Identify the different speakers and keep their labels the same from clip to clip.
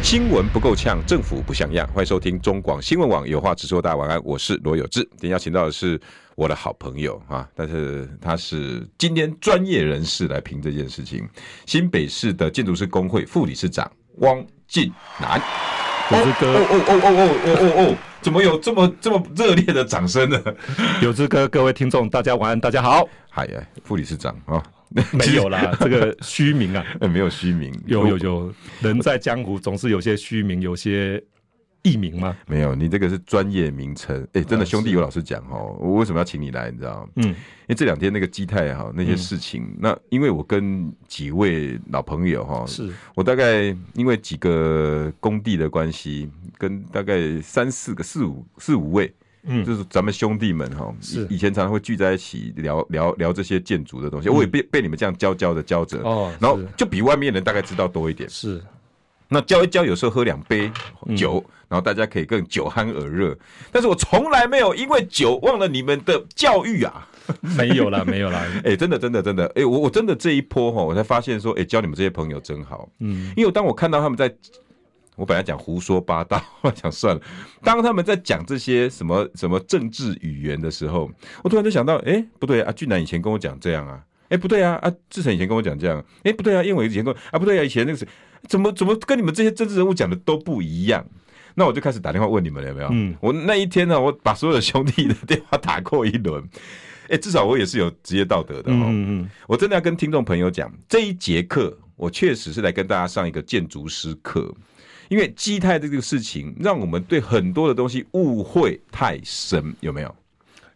Speaker 1: 新闻不够呛，政府不像样。欢迎收听中广新闻网，有话直说。大家晚安，我是罗有志。今天邀请到的是我的好朋友啊，但是他是今天专业人士来评这件事情。新北市的建筑师工会副理事长汪进南，
Speaker 2: 有志
Speaker 1: 哦
Speaker 2: 哥，
Speaker 1: 哦哦哦哦哦哦哦，怎么有这么这么热烈的掌声呢？
Speaker 2: 有志哥，各位听众，大家晚安，大家好。
Speaker 1: 哎呀，副理事长啊，
Speaker 2: 没有啦， 这个虚名啊，
Speaker 1: 呃没有虚名，
Speaker 2: 有有有，人在江湖总是有些虚名，有些艺名嘛。
Speaker 1: 没有？你这个是专业名称。哎、真的，
Speaker 2: 呃
Speaker 1: 兄弟，
Speaker 2: 是
Speaker 1: 有老实讲哦，我为什么要请你来？你知道吗？
Speaker 2: 嗯，
Speaker 1: 因为这两天那个基泰哈那些事情，那因为我跟几位老朋友哈，
Speaker 2: 是
Speaker 1: 我大概因为几个工地的关系，跟大概三四个、四五四五位，
Speaker 2: 嗯
Speaker 1: 就是咱们兄弟们哈，
Speaker 2: 是
Speaker 1: 以以前常常会聚在一起聊聊聊这些建筑的东西，我也被被你们这样教教的教着，
Speaker 2: 嗯哦
Speaker 1: 然后
Speaker 2: 是
Speaker 1: 就比外面人大概知道多一点。
Speaker 2: 是，
Speaker 1: 那教一教，有时候喝两杯酒，然后大家可以更酒酣耳热。但是我从来没有因为酒忘了你们的教育啊。
Speaker 2: 没有啦， 没有啦。哦
Speaker 1: 哎、真的，真的，真的，哎、我我真的这一波哈，我才发现说，哎、交你们这些朋友真好，
Speaker 2: 嗯，
Speaker 1: 因为当我看到他们在，我本来讲胡说八道， 我想算了，当他们在讲这些什么什么政治语言的时候，我突然就想到，哎、不对啊，俊南以前跟我讲这样啊，哎、不对啊，啊，志成以前跟我讲这样，哎、不对啊，燕伟以前跟我啊，不对啊，以前那个谁，怎么怎么跟你们这些政治人物讲的都不一样。那我就开始打电话问你们了有没有？
Speaker 2: 嗯
Speaker 1: 我那一天呢、我把所有的兄弟的电话打过一轮，哎、至少我也是有职业道德的哦。
Speaker 2: 嗯嗯，
Speaker 1: 我真的要跟听众朋友讲，这一节课我确实是来跟大家上一个建筑师课，因为基态这个事情，让我们对很多的东西误会太深，有没有？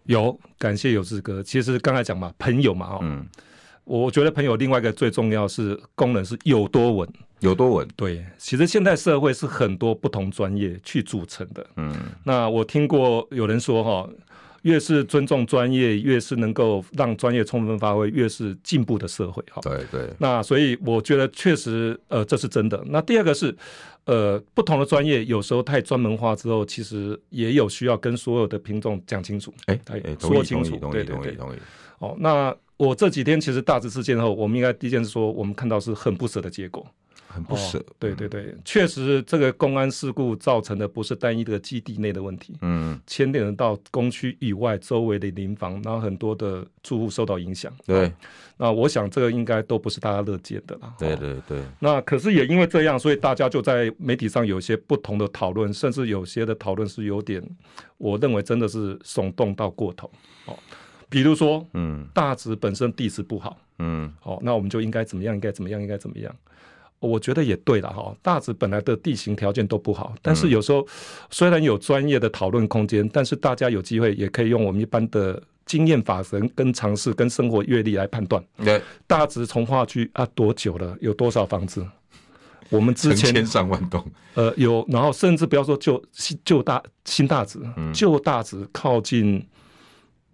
Speaker 2: 有，感谢有志哥。其实刚才讲嘛，朋友嘛，哦，
Speaker 1: 嗯，
Speaker 2: 我觉得朋友另外一个最重要是功能是有多稳。
Speaker 1: 有多稳？
Speaker 2: 对，其实现代社会是很多不同专业去组成的。
Speaker 1: 嗯，
Speaker 2: 那我听过有人说哈，越是尊重专业，越是能够让专业充分发挥，越是进步的社会哈。
Speaker 1: 对对，
Speaker 2: 那所以我觉得确实，呃，这是真的。那第二个是，呃，不同的专业有时候太专门化之后，其实也有需要跟所有的品种讲清楚。
Speaker 1: 哎、哎、
Speaker 2: 哎
Speaker 1: 同意
Speaker 2: 说清
Speaker 1: 同
Speaker 2: 楚
Speaker 1: 意同
Speaker 2: 对
Speaker 1: 意
Speaker 2: 对
Speaker 1: 同意
Speaker 2: 对
Speaker 1: 同意，
Speaker 2: 哦，那我这几天其实大致事件后，我们应该第一件事说，我们看到是很不舍的结果。
Speaker 1: 很不舍嗯
Speaker 2: 哦。对对对，确实这个公安事故造成的不是单一的基地内的问题，
Speaker 1: 嗯，
Speaker 2: 牵连到工区以外周围的邻房，然后很多的住户受到影响。
Speaker 1: 对
Speaker 2: 那我想这个应该都不是大家乐见的啦。
Speaker 1: 对
Speaker 2: 哦
Speaker 1: 对对，
Speaker 2: 那可是也因为这样，所以大家就在媒体上有一些不同的讨论，甚至有些的讨论是有点，我认为真的是耸动到过头哦。比如说，
Speaker 1: 嗯
Speaker 2: 大直本身地质不好，
Speaker 1: 嗯
Speaker 2: 哦，那我们就应该怎么样，应该怎么样，应该怎么样。我觉得也对了哈，大致本来的地形条件都不好，但
Speaker 1: 嗯
Speaker 2: 是有时候虽然有专业的讨论空间，但是大家有机会也可以用我们一般的经验法则、跟尝试、跟生活阅历来判断。
Speaker 1: 对，
Speaker 2: 大直从化区啊多久了？有多少房子？我们之
Speaker 1: 成
Speaker 2: 前
Speaker 1: 千上万栋，
Speaker 2: 呃有，然后甚至不要说旧新旧大新大直，
Speaker 1: 嗯
Speaker 2: 旧大直靠近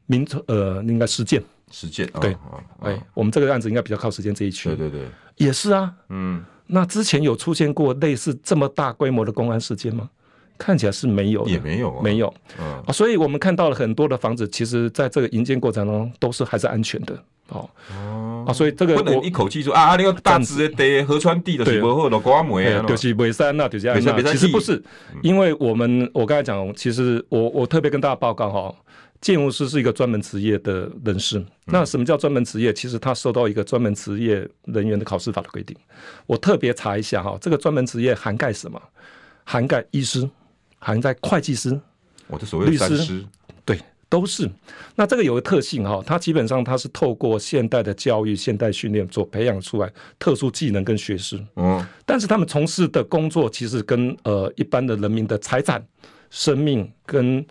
Speaker 2: 民呃应该实践，
Speaker 1: 实践。哦
Speaker 2: 对
Speaker 1: 哦
Speaker 2: 哎、
Speaker 1: 哦
Speaker 2: 我们这个案子应该比较靠实践这一区，
Speaker 1: 对对对，
Speaker 2: 也是啊，
Speaker 1: 嗯，
Speaker 2: 那之前有出现过类似这么大规模的公安事件吗？看起来是没有的，
Speaker 1: 也没有啊，
Speaker 2: 没有
Speaker 1: 嗯
Speaker 2: 啊，所以我们看到了很多的房子，其实在这个营建过程当中都是还是安全的哦
Speaker 1: 哦，
Speaker 2: 啊，所以这个
Speaker 1: 不能
Speaker 2: 我
Speaker 1: 一口气说啊，那个大直的地河川地的是
Speaker 2: 对
Speaker 1: 不好，老瓜梅
Speaker 2: 哎
Speaker 1: 啊，
Speaker 2: 就是北山呐，就是安
Speaker 1: 北山
Speaker 2: 娜
Speaker 1: 北山
Speaker 2: 其实
Speaker 1: 地
Speaker 2: 不是，因为我们我刚才讲，其实我我特别跟大家报告哈，建筑师是一个专门职业的人士。那什么叫专门职业？其实他受到一个专门职业人员的考试法的规定。我特别查一下哈，这个专门职业涵盖什么？涵盖医师，涵盖会计师，
Speaker 1: 我这所谓的
Speaker 2: 律
Speaker 1: 三
Speaker 2: 师
Speaker 1: 师，
Speaker 2: 对，都是。那这个有个特性哈、它基本上它是透过现代的教育、现代训练所培养出来特殊技能跟学识。
Speaker 1: 嗯，
Speaker 2: 但是他们从事的工作其实跟呃一般的人民的财产、生命跟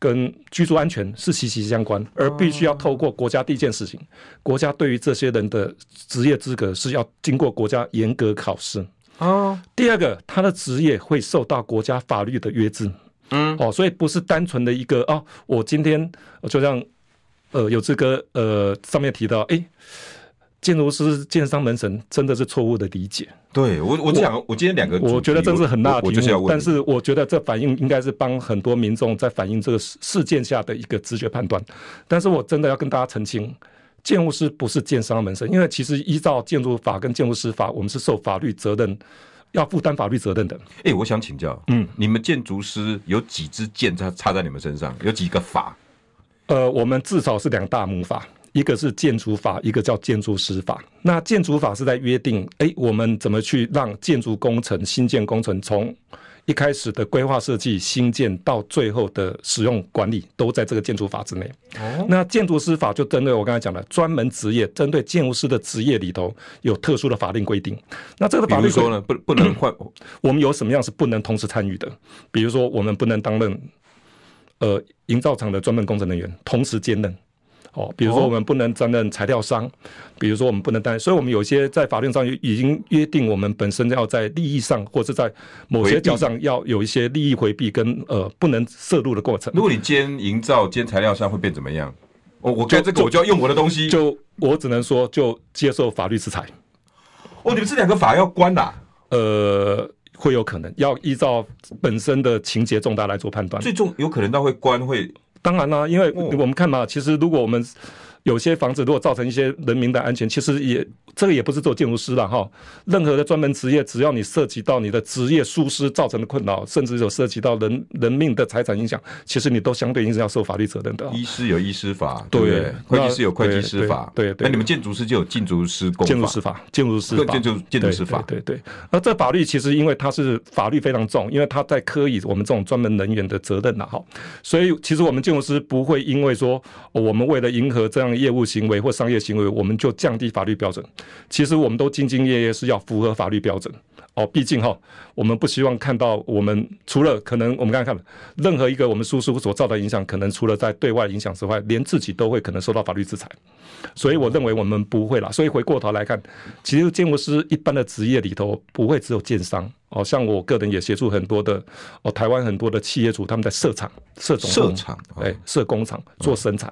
Speaker 2: 跟居住安全是息息相关，而必须要透过国家第一件事情，国家对于这些人的职业资格是要经过国家严格考试。
Speaker 1: 哦，
Speaker 2: 第二个，他的职业会受到国家法律的约制。
Speaker 1: 嗯，
Speaker 2: 哦，所以不是单纯的一个哦，我今天呃就像呃有这个呃上面提到，哎，建筑师、建商门神真的是错误的理解。
Speaker 1: 对我，我讲我今天两个主题，
Speaker 2: 我觉得真是很大
Speaker 1: 我我
Speaker 2: 的
Speaker 1: 我就是
Speaker 2: 题
Speaker 1: 要
Speaker 2: 目，
Speaker 1: 问你，
Speaker 2: 但是我觉得这反映应该是帮很多民众在反映这个事事件下的一个直觉判断。但是我真的要跟大家澄清，建筑师不是建商门生，因为其实依照建筑法跟建筑师法，我们是受法律责任，要负担法律责任的。
Speaker 1: 哎、我想请教，嗯
Speaker 2: 嗯，
Speaker 1: 你们建筑师有几支箭插插在你们身上？有几个法？
Speaker 2: 呃，我们至少是两大母法，一个是建筑法，一个叫建筑师法。那建筑法是在约定，诶，我们怎么去让建筑工程、新建工程从一开始的规划设计、新建到最后的使用管理，都在这个建筑法之内。
Speaker 1: 哦，
Speaker 2: 那建筑师法就针对我刚才讲的专门职业，针对建筑师的职业里头有特殊的法令规定。那这个
Speaker 1: 比
Speaker 2: 法
Speaker 1: 如
Speaker 2: 律规
Speaker 1: 说呢，不不能换，
Speaker 2: 我们有什么样是不能同时参与的？比如说，我们不能担任呃营造厂的专门工程人员，同时兼任。哦，比如说
Speaker 1: 哦
Speaker 2: 我们不能担任材料商，比如说我们不能担任，所以我们有些在法律上已经约定，我们本身要在利益上或者在某
Speaker 1: 回
Speaker 2: 些
Speaker 1: 避
Speaker 2: 角上要有一些利益回避跟呃不能摄入的过程。
Speaker 1: 如果你兼营造、兼材料商会变怎么样？哦，我干这个
Speaker 2: 就
Speaker 1: 我就要用我的东西。
Speaker 2: 就我只能说，就接受法律制裁。
Speaker 1: 哦，你们这两个法要关啊啦、
Speaker 2: 呃，会有可能要依照本身的情节重大来做判断。
Speaker 1: 最重有可能到会关会。
Speaker 2: 当然啦、因为
Speaker 1: 哦
Speaker 2: 我们看嘛，其实如果我们有些房子如果造成一些人民的安全，其实也这个也不是做建筑师了哈。任何的专门职业，只要你涉及到你的职业疏失造成的困扰，甚至有涉及到人人命的财产影响，其实你都相对应是要受法律责任的哦。
Speaker 1: 医师有医师法，对
Speaker 2: 对
Speaker 1: 不对？会计师有
Speaker 2: 那
Speaker 1: 会计师法，
Speaker 2: 对对对
Speaker 1: 那你们建筑师就有建筑师工
Speaker 2: 建筑
Speaker 1: 法，
Speaker 2: 师法，建筑师
Speaker 1: 跟
Speaker 2: 法，
Speaker 1: 建筑建筑师法。
Speaker 2: 对对对对。而这法律其实因为它是法律非常重，因为它在科以我们这种专门人员的责任了、哈。所以其实我们建筑师不会因为说哦我们为了迎合这样的业务行为或商业行为，我们就降低法律标准。其实我们都兢兢业业是要符合法律标准。哦，毕竟哈，我们不希望看到我们除了可能我们刚才看了任何一个我们输出所造的影响，可能除了在对外影响之外，连自己都会可能受到法律制裁。所以我认为我们不会啦。所以回过头来看，其实建筑师一般的职业里头不会只有建商哦，像我个人也协助很多的哦，台湾很多的企业主他们在设厂、设总
Speaker 1: 设
Speaker 2: 部
Speaker 1: 厂哦嗯
Speaker 2: 哎，设工厂做生产。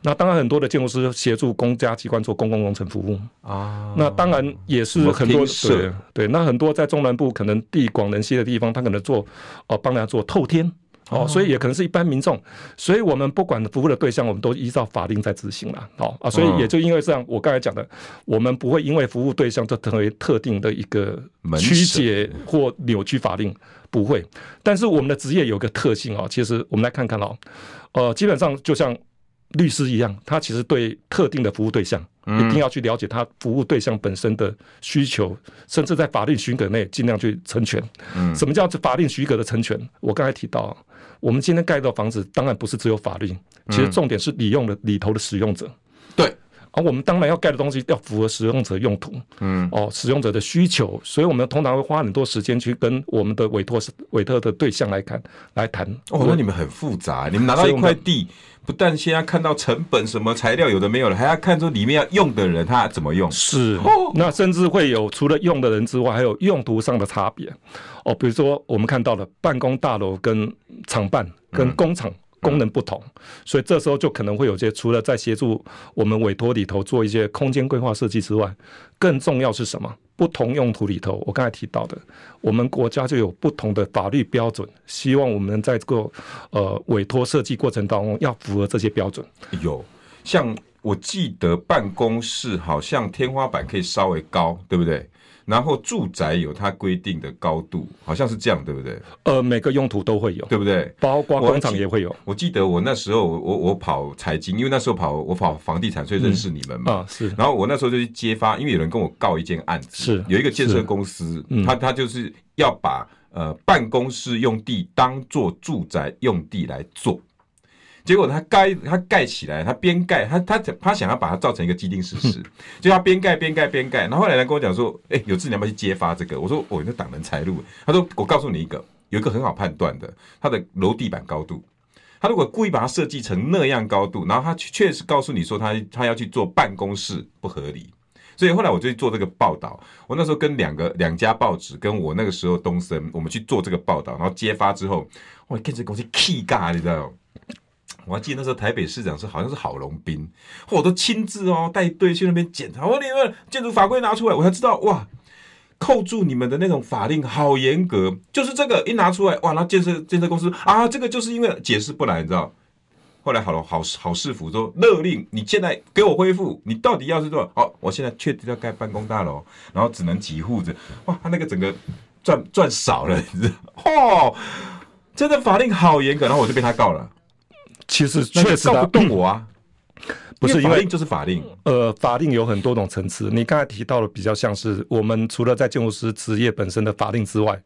Speaker 2: 那当然很多的建筑师协助公家机关做公共工程服务。
Speaker 1: 啊，
Speaker 2: 那当然也是
Speaker 1: 什
Speaker 2: 很
Speaker 1: 么
Speaker 2: 多
Speaker 1: 拼设
Speaker 2: 对对，那很多在中南部可能地广人稀的地方，他可能做哦帮人家做透天哦，所以也可能是一般民众，所以我们不管服务的对象，我们都依照法令在执行啦。好、
Speaker 1: 哦
Speaker 2: 啊，所以也就因为这样，我刚才讲的，我们不会因为服务对象就成为特定的一个
Speaker 1: 门
Speaker 2: 曲
Speaker 1: 神
Speaker 2: 解或扭曲法令，不会。但是我们的职业有个特性哦，其实我们来看看哦，呃，基本上就像律师一样，他其实对特定的服务对象，
Speaker 1: 嗯
Speaker 2: 一定要去了解他服务对象本身的需求，甚至在法定许可内尽量去成全。
Speaker 1: 嗯
Speaker 2: 什么叫法定许可的成全？我刚才提到，哦我们今天盖到房子，当然不是只有法律，其
Speaker 1: 嗯
Speaker 2: 实重点是你用的里头的使用者。
Speaker 1: 对，
Speaker 2: 而我们当然要盖的东西要符合使用者用途，
Speaker 1: 嗯，
Speaker 2: 哦，使用者的需求，所以我们通常会花很多时间去跟我们的委托委托的对象来看来谈。
Speaker 1: 哦，那你们很复杂，你们拿到
Speaker 2: 所以
Speaker 1: 一
Speaker 2: 我们
Speaker 1: 块地，不但先要看到成本、什么材料有的没有了，还要看出里面要用的人他怎么用。
Speaker 2: 是，那甚至会有除了用的人之外，还有用途上的差别。哦，比如说我们看到的办公大楼跟厂办跟工厂。功能不同，所以这时候就可能会有些除了在协助我们委托里头做一些空间规划设计之外，更重要是什么？不同用途里头，我刚才提到的，我们国家就有不同的法律标准，希望我们在这个呃委托设计过程当中要符合这些标准。
Speaker 1: 有，像我记得办公室好像天花板可以稍微高，对不对？然后住宅有它规定的高度，好像是这样，对不对？
Speaker 2: 呃，每个用途都会有，
Speaker 1: 对不对？
Speaker 2: 包括
Speaker 1: 我还
Speaker 2: 工厂
Speaker 1: 记
Speaker 2: 也会有
Speaker 1: 我记得我那时候我我我跑财经，因为那时候跑我跑房地产，所以认识你们嘛。
Speaker 2: 啊，是。
Speaker 1: 然后我那时候就去揭发，因为有人跟我告一件案子，
Speaker 2: 是嗯
Speaker 1: 有一个建设公司，他他就是要把呃办公室用地当做住宅用地来做，结果他盖他盖起来，他边盖他他他想要把它造成一个既定事实， 就他边盖边盖边盖，然后后来来跟我讲说，哎、有志你要不要去揭发这个？我说我那挡人财路，欸他说我告诉你一个，有一个很好判断的，它的楼地板高度。他如果故意把它设计成那样高度，然后他确实告诉你说他他要去做办公室不合理，所以后来我就去做这个报道。我那时候跟两个两家报纸，跟我那个时候东森，我们去做这个报道，然后揭发之后，哇，看这公司气尬，你知道吗？我还记得那时候台北市长是好像是郝龙斌，嚯我都亲自哦带队去那边检查，我你们建筑法规拿出来，我才知道哇，扣住你们的那种法令好严格，就是这个一拿出来哇，那建设建设公司啊，这个就是因为解释不来，你知道。后来好了，好好市府说勒令，你现在给我恢复，你到底要是多少？哦，我现在确定要盖办公大楼，然后只能几户子，哇，他那个整个赚赚少了，你知道？哦，真的法令好严格，然后我就被他告了，
Speaker 2: 其实
Speaker 1: 那你
Speaker 2: 确实
Speaker 1: 告
Speaker 2: 的嗯
Speaker 1: 不动我啊，
Speaker 2: 不是因
Speaker 1: 法
Speaker 2: 为
Speaker 1: 令就是法令，
Speaker 2: 呃，法令有很多种层次。你刚才提到的比较像是我们除了在建筑师职业本身的法令之外，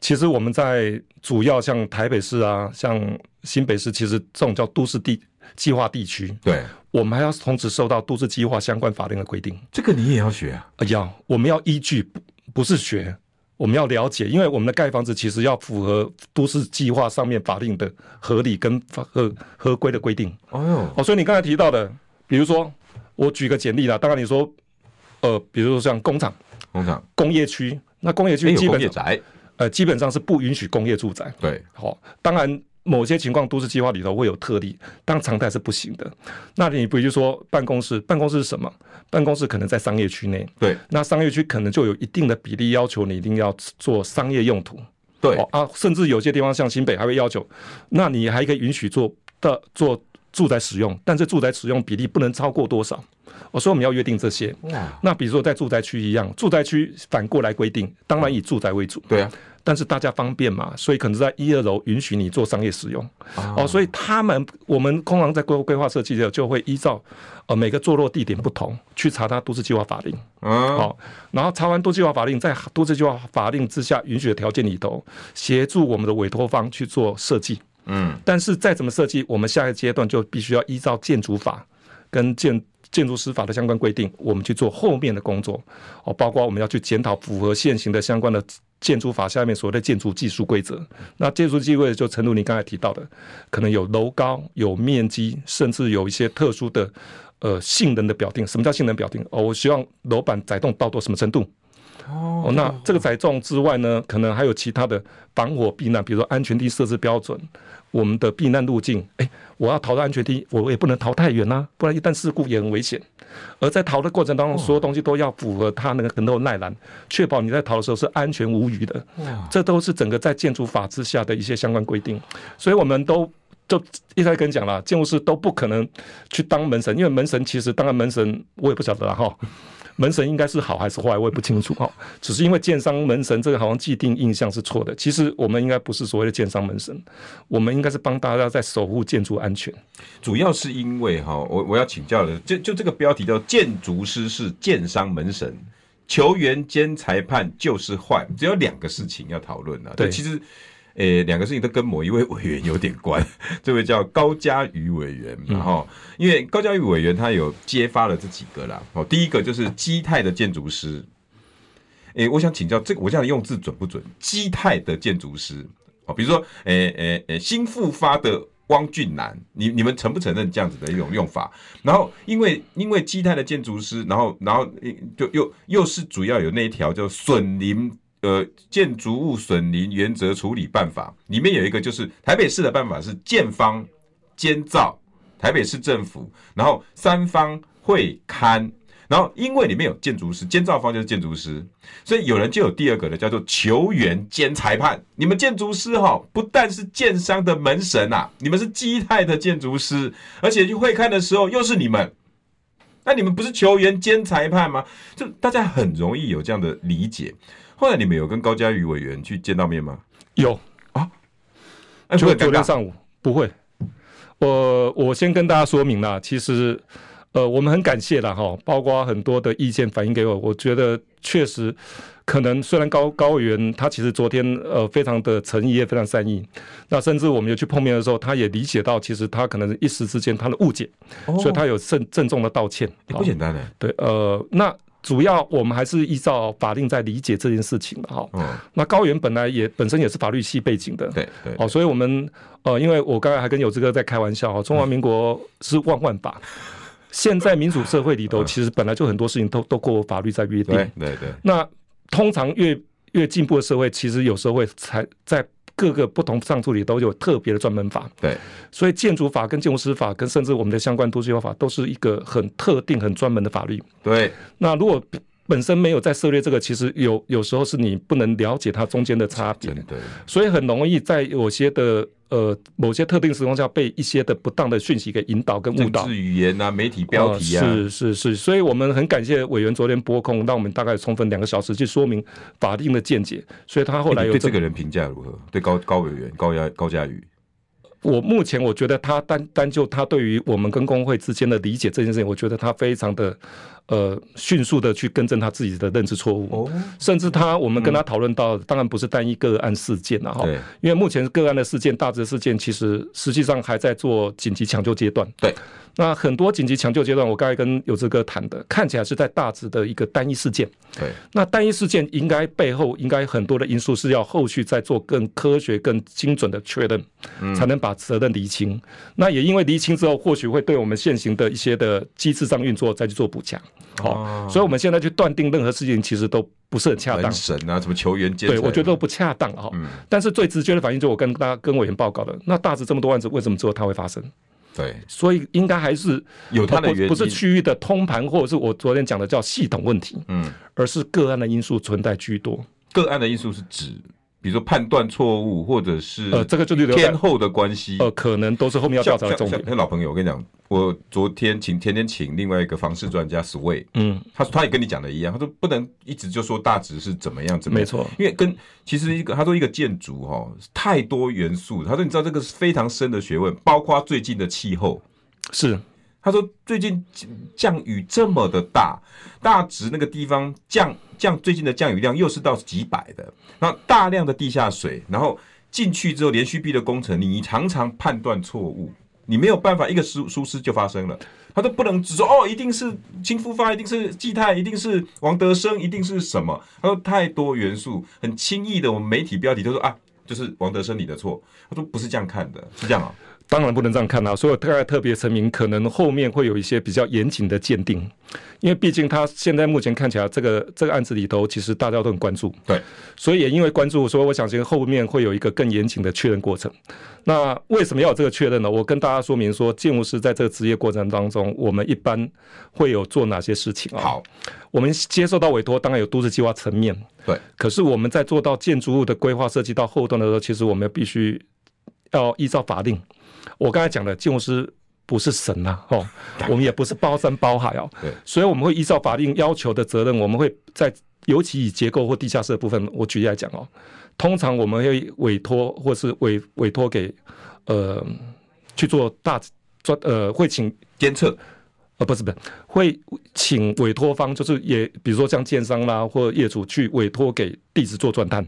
Speaker 2: 其实我们在主要像台北市啊，像新北市，其实这种叫都市地计划地区，
Speaker 1: 对，
Speaker 2: 我们还要同时受到都市计划相关法令的规定。
Speaker 1: 这个你也要学啊，
Speaker 2: 呃要，我们要依据，不不是学，我们要了解，因为我们的盖房子其实要符合都市计划上面法令的合理跟法合合规的规定。
Speaker 1: 哎呦，
Speaker 2: 哦，所以你刚才提到的，比如说我举个简例啦，当然你说，呃，比如说像工厂、
Speaker 1: 工厂
Speaker 2: 工业区，那工业
Speaker 1: 也
Speaker 2: 区
Speaker 1: 哎有
Speaker 2: 哎基
Speaker 1: 工
Speaker 2: 本
Speaker 1: 业
Speaker 2: 上、
Speaker 1: 宅，
Speaker 2: 呃基本上是不允许工业住宅。
Speaker 1: 对，
Speaker 2: 好、当然某些情况都市计划里头会有特例，但常态是不行的。那你比如说办公室，办公室是什么？办公室可能在商业区内，
Speaker 1: 对，
Speaker 2: 那商业区可能就有一定的比例要求你一定要做商业用途。
Speaker 1: 对
Speaker 2: 哦，啊，甚至有些地方像新北还会要求，那你还可以允许做的做住宅使用，但是住宅使用比例不能超过多少。哦我说我们要约定这些。
Speaker 1: 哇，
Speaker 2: 那比如说在住宅区一样，住宅区反过来规定，当然以住宅为主，
Speaker 1: 对啊，
Speaker 2: 但是大家方便嘛，所以可能在一二楼允许你做商业使用。
Speaker 1: 啊
Speaker 2: 哦，所以他们我们空廊在规规划设计的时候就会依照呃每个坐落地点不同去查它都市计划法令。
Speaker 1: 嗯，
Speaker 2: 好、然后查完都市计划法令，在都市计划法令之下允许的条件里头，协助我们的委托方去做设计。
Speaker 1: 嗯，
Speaker 2: 但是再怎么设计，我们下一个阶段就必须要依照建筑法跟建建筑师法的相关规定，我们去做后面的工作哦，包括我们要去检讨符合现行的相关的建筑法下面所谓的建筑技术规则。那建筑技术规则就诚如你刚才提到的，可能有楼高、有面积，甚至有一些特殊的呃性能的表定。什么叫性能表定？哦，我希望楼板载重到多什么程度？哦，那这个载重之外呢，可能还有其他的防火避难，比如说安全地设置标准，我们的避难路径。哎，我要逃到安全地，我也不能逃太远啊，不然一旦事故也很危险。而在逃的过程当中，所有东西都要符合它那个能够耐拦，确保你在逃的时候是安全无虞的。这都是整个在建筑法之下的一些相关规定，所以我们都。就一开始跟你讲了，建筑师都不可能去当门神，因为门神其实当然门神我也不晓得啦哈，门神应该是好还是坏我也不清楚哈，只是因为建商门神这个好像既定印象是错的，其实我们应该不是所谓的建商门神，我们应该是帮大家在守护建筑安全。
Speaker 1: 主要是因为哈，我我要请教的，就就这个标题叫“建筑师是建商门神，球员兼裁判就是坏”，只有两个事情要讨论啊。
Speaker 2: 对
Speaker 1: 就其实，呃，两个事情都跟某一位 委员有点关，这位叫高嘉瑜委员，然后因为高嘉瑜委员他有揭发了这几个啦。哦，第一个就是基泰的建筑师，诶、我想请教这个，我这样的用字准不准？基泰的建筑师哦，比如说，诶诶诶，新复发的汪俊南，你你们承不承认这样子的一种用法？然后，因为因为基泰的建筑师，然后然后诶就又又是主要有那一条叫损林。呃，建筑物损林原则处理办法里面有一个，就是台北市的办法是建方监造，台北市政府，然后三方会勘，然后因为里面有建筑师，监造方就是建筑师，所以有人就有第二个了，叫做球员兼裁判。你们建筑师哈，不但是建商的门神啊，你们是基泰的建筑师，而且去会看的时候又是你们。那你们不是球员兼裁判吗？就大家很容易有这样的理解。后来你们有跟高嘉瑜委员去见到面吗？
Speaker 2: 有，
Speaker 1: 哎，不
Speaker 2: 就
Speaker 1: 会
Speaker 2: 昨
Speaker 1: 尴
Speaker 2: 天
Speaker 1: 尬
Speaker 2: 上午不会。我我先跟大家说明啦，其实呃，我们很感谢啦哈，包括很多的意见反映给我，我觉得确实可能虽然高高委员他其实昨天呃非常的诚意也非常善意，那甚至我们有去碰面的时候，他也理解到其实他可能一时之间他的误解，所以他有慎郑重的道歉。
Speaker 1: 哎哦
Speaker 2: 好
Speaker 1: 不简单的，
Speaker 2: 对，呃，那主要我们还是依照法令在理解这件事情的哈。
Speaker 1: 嗯，
Speaker 2: 那高原本来也本身也是法律系背景的，
Speaker 1: 对对，
Speaker 2: 哦，所以我们呃，因为我刚才还跟有志哥在开玩笑哦，中华民国是万万 法，现在民主社会里
Speaker 1: 嗯
Speaker 2: 头，其实本来就很多事情都都过法律在约定
Speaker 1: 对。对对，
Speaker 2: 那通常越越进步的社会，其实有时候会才在各个不同上处里都有特别的专门法，
Speaker 1: 对，
Speaker 2: 所以建筑法跟建筑师法跟甚至我们的相关都市计划法都是一个很特定、很专门的法律。
Speaker 1: 对，
Speaker 2: 那如果本身没有在涉猎这个，其实有有时候是你不能了解它中间的差别
Speaker 1: 真，的，
Speaker 2: 所以很容易在有些的呃某些特定时空下被一些的不当的讯息给引导跟误
Speaker 1: 政
Speaker 2: 导
Speaker 1: 治。语言啊，媒体标题啊，
Speaker 2: 呃是是是，所以我们很感谢委员昨天拨空，让我们大概充分两个小时去说明法定的见解。所以他后
Speaker 1: 哎
Speaker 2: 来
Speaker 1: 你
Speaker 2: 有
Speaker 1: 对这个人评价如何？对高高委员高家高家宇，
Speaker 2: 我目前我觉得他单单就他对于我们跟工会之间的理解这件事情，我觉得他非常的呃迅速的去更正他自己的认知错误。
Speaker 1: 哦，
Speaker 2: 甚至他，我们跟他讨论到，当然不是单一个案事件啊了哈
Speaker 1: 对，
Speaker 2: 因为目前个案的事件、大致事件，其实实际上还在做紧急抢救阶段。
Speaker 1: 对，
Speaker 2: 那很多紧急抢救阶段，我刚才跟有志哥谈的，看起来是在大致的一个单一事件。
Speaker 1: 对，
Speaker 2: 那单一事件应该背后应该很多的因素是要后续再做更科学、更精准的确认，
Speaker 1: 嗯
Speaker 2: 才能把责任厘清。那也因为厘清之后，或许会对我们现行的一些的机制上运作再去做补强。好、
Speaker 1: 哦
Speaker 2: 所以我们现在去断定任何事情，其实都不是很恰当
Speaker 1: 门。神啊，什么球员监
Speaker 2: 对，
Speaker 1: 裁
Speaker 2: 我觉得都不恰当哈、
Speaker 1: 嗯
Speaker 2: 但是最直接的反应就是我跟大家跟委员报告的，那大致这么多案子，为什么之后它会发生？
Speaker 1: 对，
Speaker 2: 所以应该还是
Speaker 1: 有它的
Speaker 2: 不
Speaker 1: 原因
Speaker 2: 不是区域的通盘，或者是我昨天讲的叫系统问题，
Speaker 1: 嗯，
Speaker 2: 而是个案的因素存在居多。
Speaker 1: 个案的因素是指，比如说判断错误，或者是
Speaker 2: 呃，这个就是留在
Speaker 1: 天后的关系，
Speaker 2: 呃，可能都是后面要调
Speaker 1: 像
Speaker 2: 查的重
Speaker 1: 像
Speaker 2: 点。
Speaker 1: 像老朋友，我跟你讲，我昨天请天天请另外一个房事专家 Sway，
Speaker 2: 嗯，
Speaker 1: 他说他也跟你讲的一样，他说不能一直就说大直是怎么样怎么
Speaker 2: 没
Speaker 1: 样，
Speaker 2: 错，
Speaker 1: 因为跟其实一个他说一个建筑哈、哦、太多元素，他说你知道这个是非常深的学问，包括最近的气候。
Speaker 2: 是
Speaker 1: 他说最近降雨这么的大，大直那个地方降降最近的降雨量又是到几百的，然后大量的地下水，然后进去之后连续壁的工程，你常常判断错误，你没有办法一个疏疏失就发生了。他都不能只说哦，一定是新复发，一定是季泰，一定是王德生，一定是什么？他说太多元素，很轻易的，我们媒体标题都说啊，就是王德生你的错。他说不是这样看的，是这样啊、
Speaker 2: 当然不能这样看啊啦、所以我大概特别声明，可能后面会有一些比较严谨的鉴定，因为毕竟他现在目前看起来这个这个案子里头，其实大家都很关注，
Speaker 1: 对，
Speaker 2: 所以也因为关注，所以我想先后面会有一个更严谨的确认过程。那为什么要有这个确认呢？我跟大家说明说，建筑师在这个职业过程当中，我们一般会有做哪些事情啊？
Speaker 1: 好，
Speaker 2: 我们接受到委托，当然有都市计划层面，
Speaker 1: 对，
Speaker 2: 可是我们在做到建筑物的规划设计到后段的时候，其实我们必须要依照法令。我刚才讲的，建筑师不是神呐、 哦，我们也不是包山包海哦
Speaker 1: 对，
Speaker 2: 所以我们会依照法令要求的责任，我们会在尤其以结构或地下室的部分，我举例来讲哦，通常我们会委托或是委委托给呃去做大专呃会请
Speaker 1: 监测
Speaker 2: 呃，不是不是，会请委托方，就是也比如说像建商啦或业主去委托给地质做钻探。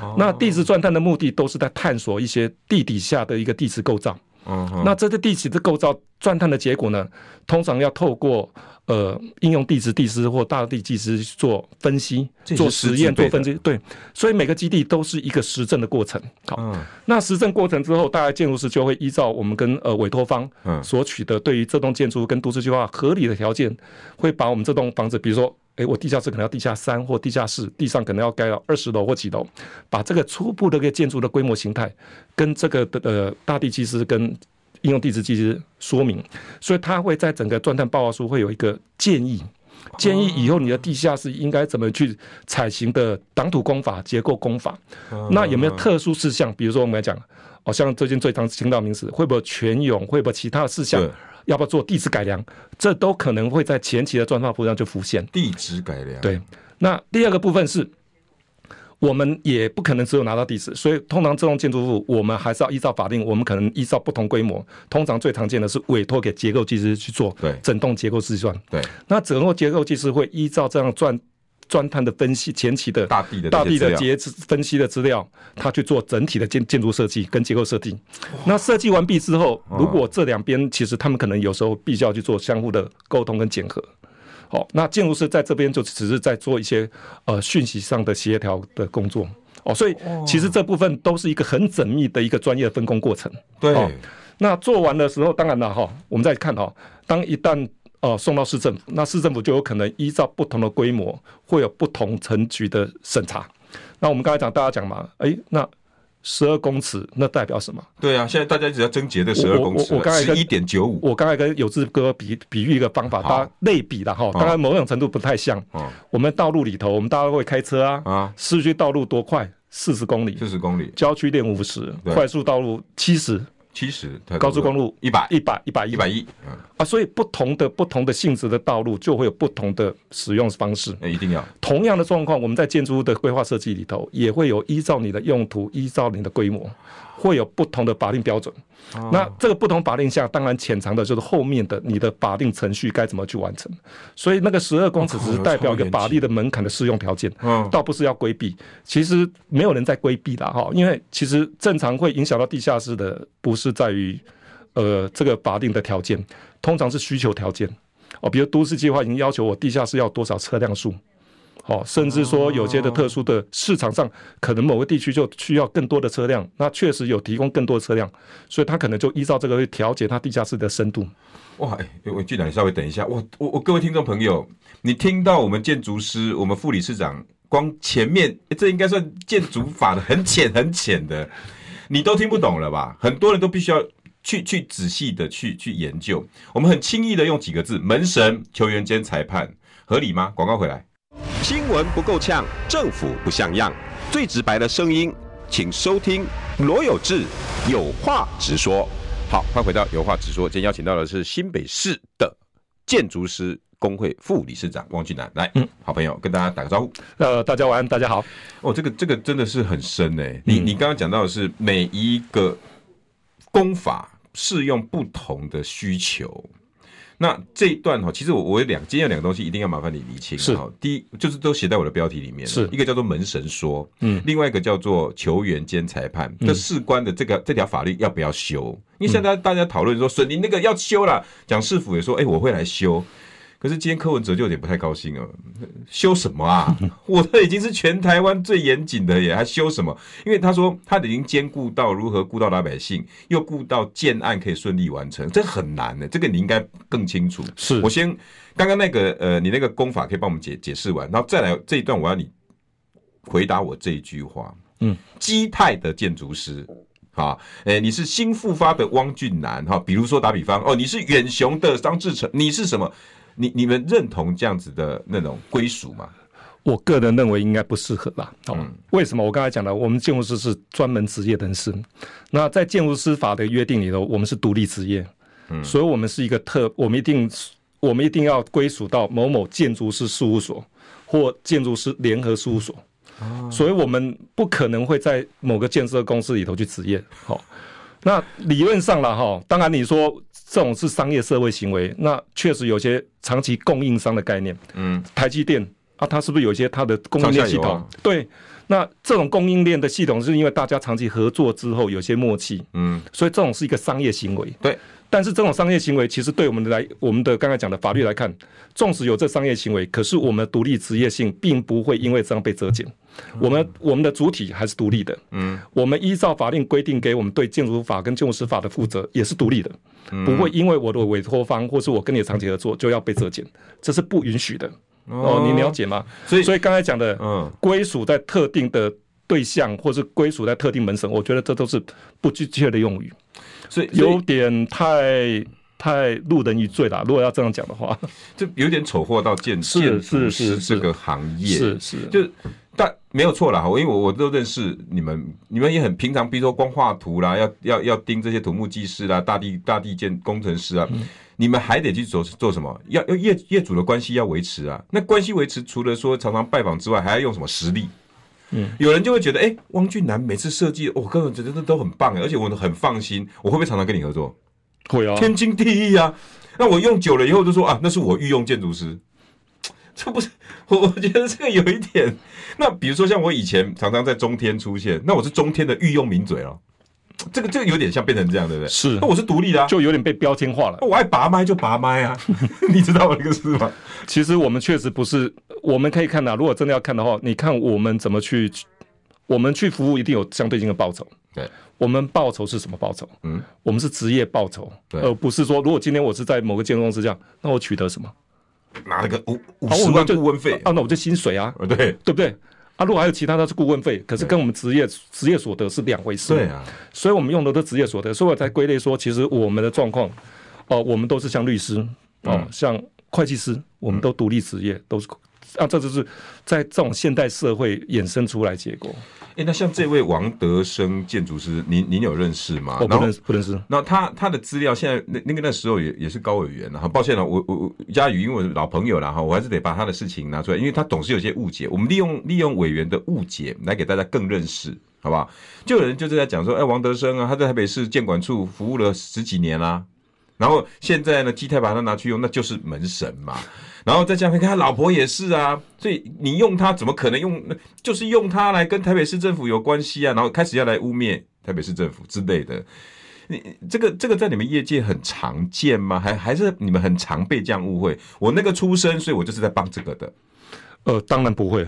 Speaker 1: 哦
Speaker 2: 那地质钻探的目的都是在探索一些地底下的一个地质构造。
Speaker 1: 嗯哼，
Speaker 2: 那这个地质的构造钻探的结果呢，通常要透过呃应用地质地师或大地技师去做分析、
Speaker 1: 这也是
Speaker 2: 做
Speaker 1: 师
Speaker 2: 实
Speaker 1: 资
Speaker 2: 验、做
Speaker 1: 辈的
Speaker 2: 分析。对，所以每个基地都是一个实证的过程。好，
Speaker 1: 嗯
Speaker 2: 那实证过程之后，大概建筑师就会依照我们跟呃委托方
Speaker 1: 嗯
Speaker 2: 所取得对于这栋建筑跟都市计划合理的条件，会把我们这栋房子，比如说，诶，我地下室可能要地下三或地下室，地上可能要盖到二十楼或几楼，把这个初步的一个建筑的规模形态跟这个的呃大地技师跟应用地质技师说明，所以他会在整个钻探报告书会有一个建议。建议以后你的地下室应该怎么去采行的挡土工法、结构工法，
Speaker 1: 嗯
Speaker 2: 那有没有特殊事项？比如说我们来讲，哦，像最近最常听到名词，会不会有泉涌，会不会有其他的事项
Speaker 1: 对？
Speaker 2: 要不要做地质改良？这都可能会在前期的专法部上就浮现。
Speaker 1: 地质改良，
Speaker 2: 对，那第二个部分是。我们也不可能只有拿到地址，所以通常这种建筑物，我们还是要依照法令，我们可能依照不同规模，通常最常见的是委托给结构技师去做
Speaker 1: 对
Speaker 2: 整栋结构计算。
Speaker 1: 对
Speaker 2: 那整个结构技师会依照这样钻钻探的分析前期的
Speaker 1: 大地的
Speaker 2: 大
Speaker 1: 这些
Speaker 2: 地
Speaker 1: 资
Speaker 2: 的
Speaker 1: 料。
Speaker 2: 结分析的资料，他去做整体的建建筑设计跟结构设计。那设计完毕之后，
Speaker 1: 嗯
Speaker 2: 如果这两边其实他们可能有时候必须要去做相互的沟通跟检核。好、那建筑师在这边就只是在做一些呃讯息上的协调的工作。哦，所以其实这部分都是一个很缜密的一个专业分工过程。
Speaker 1: 对，
Speaker 2: 哦那做完的时候，当然了哈，我们再看哈，当一旦呃送到市政府，那市政府就有可能依照不同的规模，会有不同层级的审查。那我们刚才讲，大家讲嘛，诶，那十二公尺，那代表什么？
Speaker 1: 对啊，现在大家一直在争结这十二公尺
Speaker 2: 我我我刚才
Speaker 1: 十
Speaker 2: 跟
Speaker 1: 一点九五，
Speaker 2: 我刚才跟有志哥比比喻一个方法，
Speaker 1: 好
Speaker 2: 大家类比的哈，当然某种程度不太像。
Speaker 1: 哦
Speaker 2: 我们道路里头，我们大家会开车啊，
Speaker 1: 啊，
Speaker 2: 市区道路多快？四十公里，
Speaker 1: 四十公里，
Speaker 2: 郊区练五十，
Speaker 1: 对
Speaker 2: 快速道路七十，
Speaker 1: 七十，
Speaker 2: 高速公路
Speaker 1: 一百
Speaker 2: 一百一百一
Speaker 1: 一百一，嗯，
Speaker 2: 啊，所以不同的不同的性质的道路就会有不同的使用方式。
Speaker 1: 那一定要
Speaker 2: 同样的状况，我们在建筑物的规划设计里头，也会有依照你的用途、依照你的规模，会有不同的法令标准。那这个不同法令下，当然潜藏的就是后面的你的法定程序该怎么去完成。所以那个十二公尺只是代表一个法律的门槛的适用条件
Speaker 1: 嗯，
Speaker 2: 倒不是要规避。其实没有人在规避啦，哈，因为其实正常会影响到地下室的，不是在于呃这个法定的条件，通常是需求条件。哦，比如都市计划已经要求我地下室要多少车辆数，哦，甚至说有些的特殊的市场上，可能某个地区就需要更多的车辆，那确实有提供更多的车辆，所以它可能就依照这个去调节它地下室的深度。
Speaker 1: 哇！哎、我俊然，你稍微等一下，我我我各位听众朋友，你听到我们建筑师，我们副理事长，光前面、哎这应该算建筑法的很浅很浅的，你都听不懂了吧？很多人都必须要去去仔细的去去研究。我们很轻易的用几个字：门神、球员兼裁判，合理吗？广告回来。
Speaker 3: 新闻不够呛，政府不像样，最直白的声音，请收听罗有志有话直说。
Speaker 1: 好，欢迎回到有话直说。今天邀请到的是新北市的建筑师工会副理事长汪俊南，来，好朋友跟大家打个招呼。
Speaker 2: 呃，大家晚安，大家好。
Speaker 1: 哦，这个这个真的是很深哎、你
Speaker 2: 嗯
Speaker 1: 你刚刚讲到的是每一个功法适用不同的需求。那这一段哈，其实我我有两今天有两个东西一定要麻烦你厘清。
Speaker 2: 是
Speaker 1: 哈，第一就是都写在我的标题里面了，
Speaker 2: 是
Speaker 1: 一个叫做门神说，
Speaker 2: 嗯，
Speaker 1: 另外一个叫做球员兼裁判，这事关的这个这条法律要不要修？因为现在
Speaker 2: 嗯
Speaker 1: 大家讨论说，水泥那个要修了，蒋市府也说，哎、我会来修。可是今天柯文哲就有点不太高兴了，修什么啊？我的已经是全台湾最严谨的耶，还修什么？因为他说他已经兼顾到如何顾到老百姓，又顾到建案可以顺利完成，这很难的，这个你应该更清楚。
Speaker 2: 是
Speaker 1: 我先刚刚那个呃，你那个功法可以帮我们解解释完，然后再来这一段，我要你回答我这一句话。
Speaker 2: 嗯，
Speaker 1: 基泰的建筑师。啊，诶、你是新复发的汪俊南哈，比如说打比方哦，你是远雄的张志成，你是什么？你你们认同这样子的那种归属吗？
Speaker 2: 我个人认为应该不适合啦。哦，
Speaker 1: 嗯
Speaker 2: 为什么？我刚才讲了，我们建筑师是专门职业人士，那在建筑师法的约定里头，我们是独立职业，嗯，所以我们是一个特，我们一定，我们一定要归属到某某建筑师事务所或建筑师联合事务所。
Speaker 1: 哦
Speaker 2: 所以我们不可能会在某个建设公司里头去职业。好、那理论上了哈，当然你说这种是商业社会行为，那确实有些长期供应商的概念，
Speaker 1: 嗯，
Speaker 2: 台积电啊，它是不是有一些它的供应链系
Speaker 1: 上下游
Speaker 2: 统？
Speaker 1: 啊
Speaker 2: 对，那这种供应链的系统是因为大家长期合作之后有些默契，
Speaker 1: 嗯，
Speaker 2: 所以这种是一个商业行为。
Speaker 1: 对，
Speaker 2: 但是这种商业行为其实对我们的来，我们的刚才讲的法律来看，纵使有这商业行为，可是我们的独立职业性并不会因为这样被折减。我们我们的主体还是独立的，嗯，我们依照法令规定给我们对建筑法跟建筑师法的负责也是独立的，
Speaker 1: 嗯
Speaker 2: 不会因为我的委托方或是我跟你的长期合作就要被折减，这是不允许的。哦，你了解吗？
Speaker 1: 所以
Speaker 2: 所以刚才讲的，
Speaker 1: 嗯
Speaker 2: 归属在特定的对象，或是归属在特定门神，我觉得这都是不具确的用语，
Speaker 1: 所以
Speaker 2: 有
Speaker 1: 有
Speaker 2: 点太太路人一醉啦。如果要这样讲的话，
Speaker 1: 这有点丑祸到建
Speaker 2: 是
Speaker 1: 建筑师
Speaker 2: 是是是
Speaker 1: 这个行业，
Speaker 2: 是是，
Speaker 1: 就但没有错啦，我因为我我都认识你们，你们也很平常，比如说光画图啦，要要要盯这些土木技师啦、大地大地建工程师啊，你们还得去做做什么？要要业业主的关系要维持啊。那关系维持，除了说常常拜访之外，还要用什么实力？嗯，有人就会觉得，哎、汪俊南每次设计，哦我个人觉得这都很棒，而且我很放心。我会不会常常跟你合作？
Speaker 2: 会啊，
Speaker 1: 天经地义啊。那我用久了以后就说啊，那是我御用建筑师，这不是我我觉得这个有一点。那比如说像我以前常常在中天出现，那我是中天的御用名嘴哦，这个这个有点像变成这样，对不对？
Speaker 2: 是
Speaker 1: 那我是独立的、啊，
Speaker 2: 就有点被标签化了。
Speaker 1: 那我爱拔麦就拔麦啊， 你知道我那个事吗？
Speaker 2: 其实我们确实不是，我们可以看到、如果真的要看的话，你看我们怎么去，我们去服务一定有相对应的报酬。
Speaker 1: 对，
Speaker 2: 我们报酬是什么报酬？
Speaker 1: 嗯，
Speaker 2: 我们是职业报酬，
Speaker 1: 对
Speaker 2: 而不是说如果今天我是在某个建筑公司这样，那我取得什么？
Speaker 1: 拿了个五五
Speaker 2: 啊
Speaker 1: 十
Speaker 2: 我
Speaker 1: 万
Speaker 2: 就
Speaker 1: 顾问费，
Speaker 2: 啊，那我就薪水啊，
Speaker 1: 呃，对，
Speaker 2: 对不对？啊，如果还有其他的是顾问费，可是跟我们职业职业所得是两回事。
Speaker 1: 对，啊，
Speaker 2: 所以我们用的都是职业所得，所以我才归类说，其实我们的状况，哦、我们都是像律师，哦、
Speaker 1: 嗯
Speaker 2: 像会计师，我们都独立职业，都是啊，这就是在这种现代社会衍生出来结果。
Speaker 1: 哎，那像这位王德生建筑师，您您有认识吗？
Speaker 2: 我
Speaker 1: 然
Speaker 2: 哦不
Speaker 1: 后
Speaker 2: 认识，不认识。
Speaker 1: 那他他的资料现在那那个那时候也也是高委员了，很抱歉了，我我我佳宇因为我是老朋友了哈，我还是得把他的事情拿出来，因为他总是有些误解，我们利用利用委员的误解来给大家更认识，好不好？就有人就是在讲说，哎、王德生啊，他在台北市建管处服务了十几年啦、然后现在呢，基泰把它拿去用，那就是门神嘛。然后再加上看他老婆也是啊，所以你用它怎么可能用？就是用它来跟台北市政府有关系啊，然后开始要来污蔑台北市政府之类的。你这个这个在你们业界很常见吗？还还是你们很常被这样误会？我那个出身，所以我就是在帮这个的。
Speaker 2: 呃，当然不会。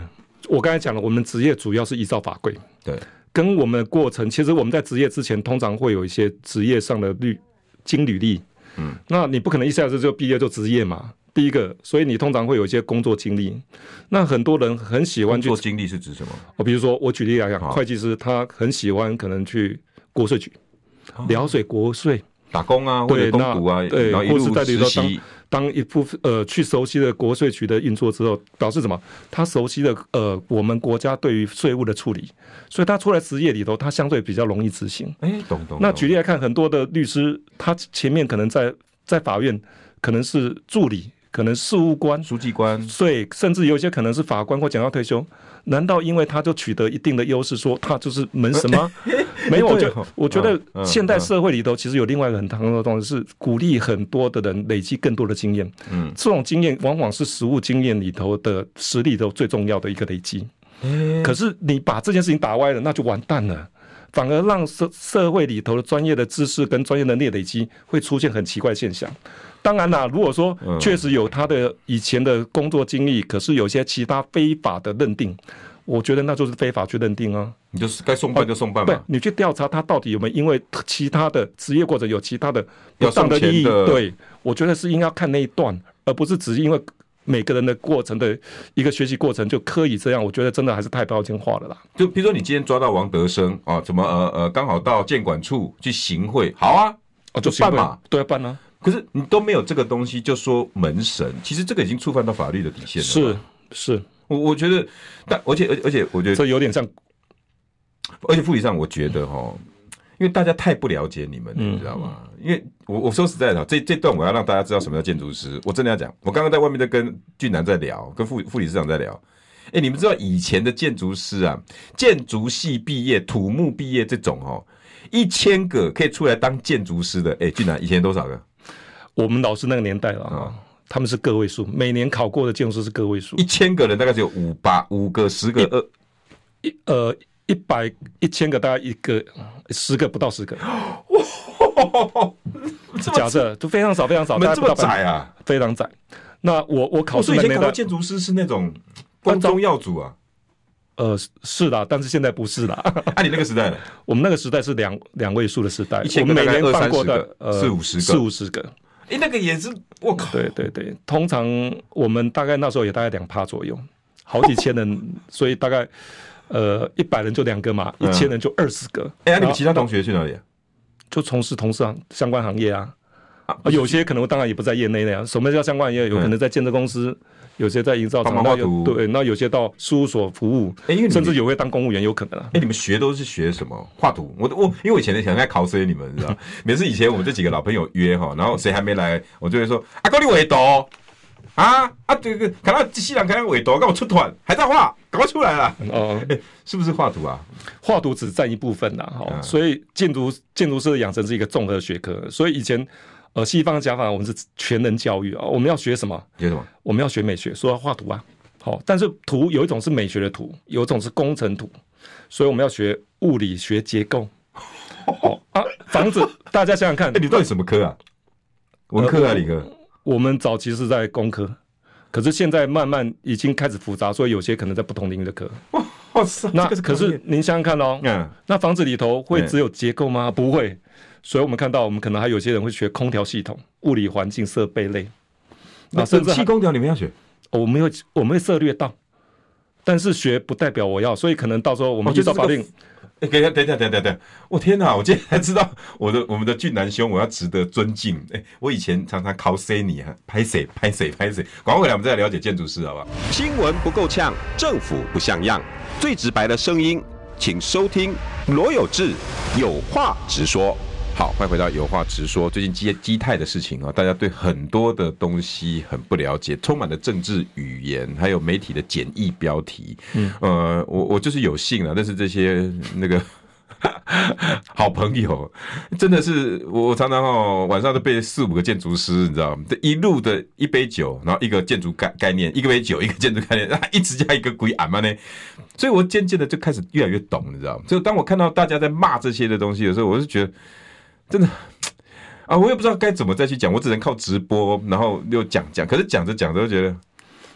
Speaker 2: 我刚才讲了，我们职业主要是依照法规，
Speaker 1: 对，
Speaker 2: 跟我们的过程，其实我们在职业之前，通常会有一些职业上的履经履历。嗯，那你不可能一下子就毕业就职业嘛。第一个，所以你通常会有一些工作经历。那很多人很喜欢
Speaker 1: 工
Speaker 2: 去
Speaker 1: 作经历是指什么？
Speaker 2: 我比如说，我举例来讲
Speaker 1: 好，
Speaker 2: 会计师他很喜欢可能去国税局
Speaker 1: 哦
Speaker 2: 了解国税，
Speaker 1: 打工啊，或
Speaker 2: 对
Speaker 1: 者东读啊，
Speaker 2: 那对
Speaker 1: 然后一
Speaker 2: 或是
Speaker 1: 路
Speaker 2: 在比
Speaker 1: 实
Speaker 2: 如说
Speaker 1: 习。
Speaker 2: 当一部分呃去熟悉了国税局的运作之后，表示什么？他熟悉了呃我们国家对于税务的处理，所以他出来职业里头，他相对比较容易执行。
Speaker 1: 哎，懂懂。
Speaker 2: 那
Speaker 1: 懂
Speaker 2: 举例来看，很多的律师，他前面可能在在法院可能是助理，可能事务官，
Speaker 1: 书记官，
Speaker 2: 税，甚至有一些可能是法官或检察退休，难道因为他就取得一定的优势，说他就是门 神吗？没有，我觉
Speaker 1: 对哦
Speaker 2: 得我觉
Speaker 1: 嗯嗯
Speaker 2: 得现代社会里头其实有另外一个很常的东西，是鼓励很多的人累积更多的经验。
Speaker 1: 嗯，
Speaker 2: 这种经验往往是实务经验里头的实力头最重要的一个累积。
Speaker 1: 哎
Speaker 2: 可是你把这件事情打歪了，那就完蛋了。反而让社社会里头的专业的知识跟专业能力累积会出现很奇怪的现象。当然啦，如果说
Speaker 1: 嗯
Speaker 2: 确实有他的以前的工作经历，可是有些其他非法的认定，我觉得那就是非法去认定啊。
Speaker 1: 你就是该送办就送办
Speaker 2: 对
Speaker 1: 嘛，
Speaker 2: 你去调查他到底有没有因为其他的职业或者有其他的
Speaker 1: 要
Speaker 2: 不当
Speaker 1: 送钱
Speaker 2: 利益，
Speaker 1: 的
Speaker 2: 对我觉得是应该要看那一段，而不是只是因为每个人的过程的一个学习过程就刻意这样，我觉得真的还是太标签化了啦。
Speaker 1: 就比如说你今天抓到王德生啊，怎么呃呃，刚好到监管处去行贿，好啊，
Speaker 2: 哦，就
Speaker 1: 就办嘛，
Speaker 2: 对啊，办啊，
Speaker 1: 可是你都没有这个东西，就说门神，其实这个已经触犯到法律的底线了。
Speaker 2: 是，是，
Speaker 1: 我我觉得，但而且而且而且，我觉得，
Speaker 2: 这有点像，
Speaker 1: 而且副理上，我觉得哈，因为大家太不了解你们，
Speaker 2: 嗯
Speaker 1: 你知道吗？因为我我说实在的，这这段我要让大家知道什么叫建筑师，我真的要讲。我刚刚在外面在跟俊南在聊，跟副副理事长在聊。哎，你们知道以前的建筑师啊，建筑系毕业、土木毕业这种哦，一千个可以出来当建筑师的，哎，俊南以前多少个？
Speaker 2: 我们老师那个年代了啊，他们是个位数，每年考过的建筑师是个位数
Speaker 1: 一，千个人大概只有五八五个、十个、二
Speaker 2: 一呃一百一千个大概一个十个不到十个，假设就非常少非常少，
Speaker 1: 门
Speaker 2: 大概
Speaker 1: 这
Speaker 2: 不
Speaker 1: 么
Speaker 2: 到百分
Speaker 1: 窄
Speaker 2: 之
Speaker 1: 啊！
Speaker 2: 非常窄。那我我考
Speaker 1: 我
Speaker 2: 试
Speaker 1: 说以
Speaker 2: 那
Speaker 1: 前
Speaker 2: 个年
Speaker 1: 搞到
Speaker 2: 代，
Speaker 1: 建筑师是那种光宗耀祖啊，
Speaker 2: 呃是是啦，但是现在不是啦，
Speaker 1: 按啊你那个时代的，
Speaker 2: 我们那个时代是两两位数的时代
Speaker 1: 一，千
Speaker 2: 我
Speaker 1: 个
Speaker 2: 们每
Speaker 1: 大概
Speaker 2: 年
Speaker 1: 二
Speaker 2: 放
Speaker 1: 三
Speaker 2: 过
Speaker 1: 十
Speaker 2: 的呃
Speaker 1: 个四五十个
Speaker 2: 四五十个，
Speaker 1: 哎，那个也是，我靠，
Speaker 2: 对对对，通常我们大概那时候也大概两趴左右，好几千人， 所以大概呃一百人就两个嘛，一
Speaker 1: 嗯
Speaker 2: 千人就二十个。
Speaker 1: 哎，啊
Speaker 2: 然
Speaker 1: 你
Speaker 2: 后
Speaker 1: 们其他同学去哪里啊？
Speaker 2: 就从事同事行相关行业啊。
Speaker 1: 啊嗯
Speaker 2: 啊，有些可能当然也不在业内那样。什么叫相关行业？有可能在建设公司，有些在营造
Speaker 1: 帮忙
Speaker 2: 厂，那
Speaker 1: 画图
Speaker 2: 有对，那有些到事务所服务，
Speaker 1: 哎因为你
Speaker 2: 甚至有会当公务员，有可能啊。
Speaker 1: 哎，你们学都是学什么？画图。我我因为我以前很爱考谁你们，知道？ 每次以前我们这几个老朋友约哈，然后谁还没来，我就会说啊，高你尾斗啊啊，这个看到西朗看到尾斗，跟我出团，还在画，赶快出来啦！
Speaker 2: 哦，
Speaker 1: 是不是画图啊？
Speaker 2: 画图只占一部分啦，哈、
Speaker 1: 嗯
Speaker 2: 所以建筑建筑师的养成是一个综合学科。所以以前呃西方讲法，我们是全人教育啊、我们要学什么？
Speaker 1: 学什么？
Speaker 2: 我们要学美学，说要画图啊。好，但是图有一种是美学的图，有一种是工程图，所以我们要学物理学 结构。好啊，房子，大家想想看
Speaker 1: 哎，，你到底什么科啊？文科啊，
Speaker 2: 呃
Speaker 1: 理科？
Speaker 2: 我们早期是在工科，可是现在慢慢已经开始复杂，所以有些可能在不同领域的科。
Speaker 1: 哇塞，
Speaker 2: 那
Speaker 1: 这个是
Speaker 2: 可
Speaker 1: 考
Speaker 2: 是
Speaker 1: 验
Speaker 2: 您想想看哦，
Speaker 1: 嗯，
Speaker 2: 那房子里头会
Speaker 1: 对
Speaker 2: 只有结构吗？不会，所以我们看到我们可能还有些人会学空调系统、物理环境设备类，
Speaker 1: 那
Speaker 2: 啊，甚至
Speaker 1: 气
Speaker 2: 还哦
Speaker 1: 功调你们要学。
Speaker 2: 我们会我们会涉略到，但是学不代表我要，所以可能到时候我
Speaker 1: 哦
Speaker 2: 们遇
Speaker 1: 就是
Speaker 2: 到
Speaker 1: 这
Speaker 2: 法
Speaker 1: 个
Speaker 2: 令，
Speaker 1: 哎、等一下，等一下，等一下，等一下！我天哪，我今天才知道我的我们的俊男兄，我要值得尊敬。哎、我以前常常 cos 你啊，拍谁拍谁拍谁。广告回来，我们再来了解建筑师，好不好？
Speaker 3: 新闻不够呛，政府不像样，最直白的声音，请收听罗有志有话直说。
Speaker 1: 好，欢迎回到有话直说。最近基基泰的事情啊，大家对很多的东西很不了解，充满了政治语言，还有媒体的简易标题。嗯，呃，我我就是有幸了，但是这些那个 好朋友，真的是我我常常哦，晚上都被四五个建筑师，你知道吗？这一路的一杯酒，然后一个建筑概概念，一个杯酒，一个建筑概念， 一直加一个鬼俺嘛呢。所以我渐渐的就开始越来越懂，你知道吗？所以当我看到大家在骂这些的东西的时候，我就觉得真的。啊，我也不知道该怎么再去讲，我只能靠直播，然后又讲讲。可是讲着讲着，就觉得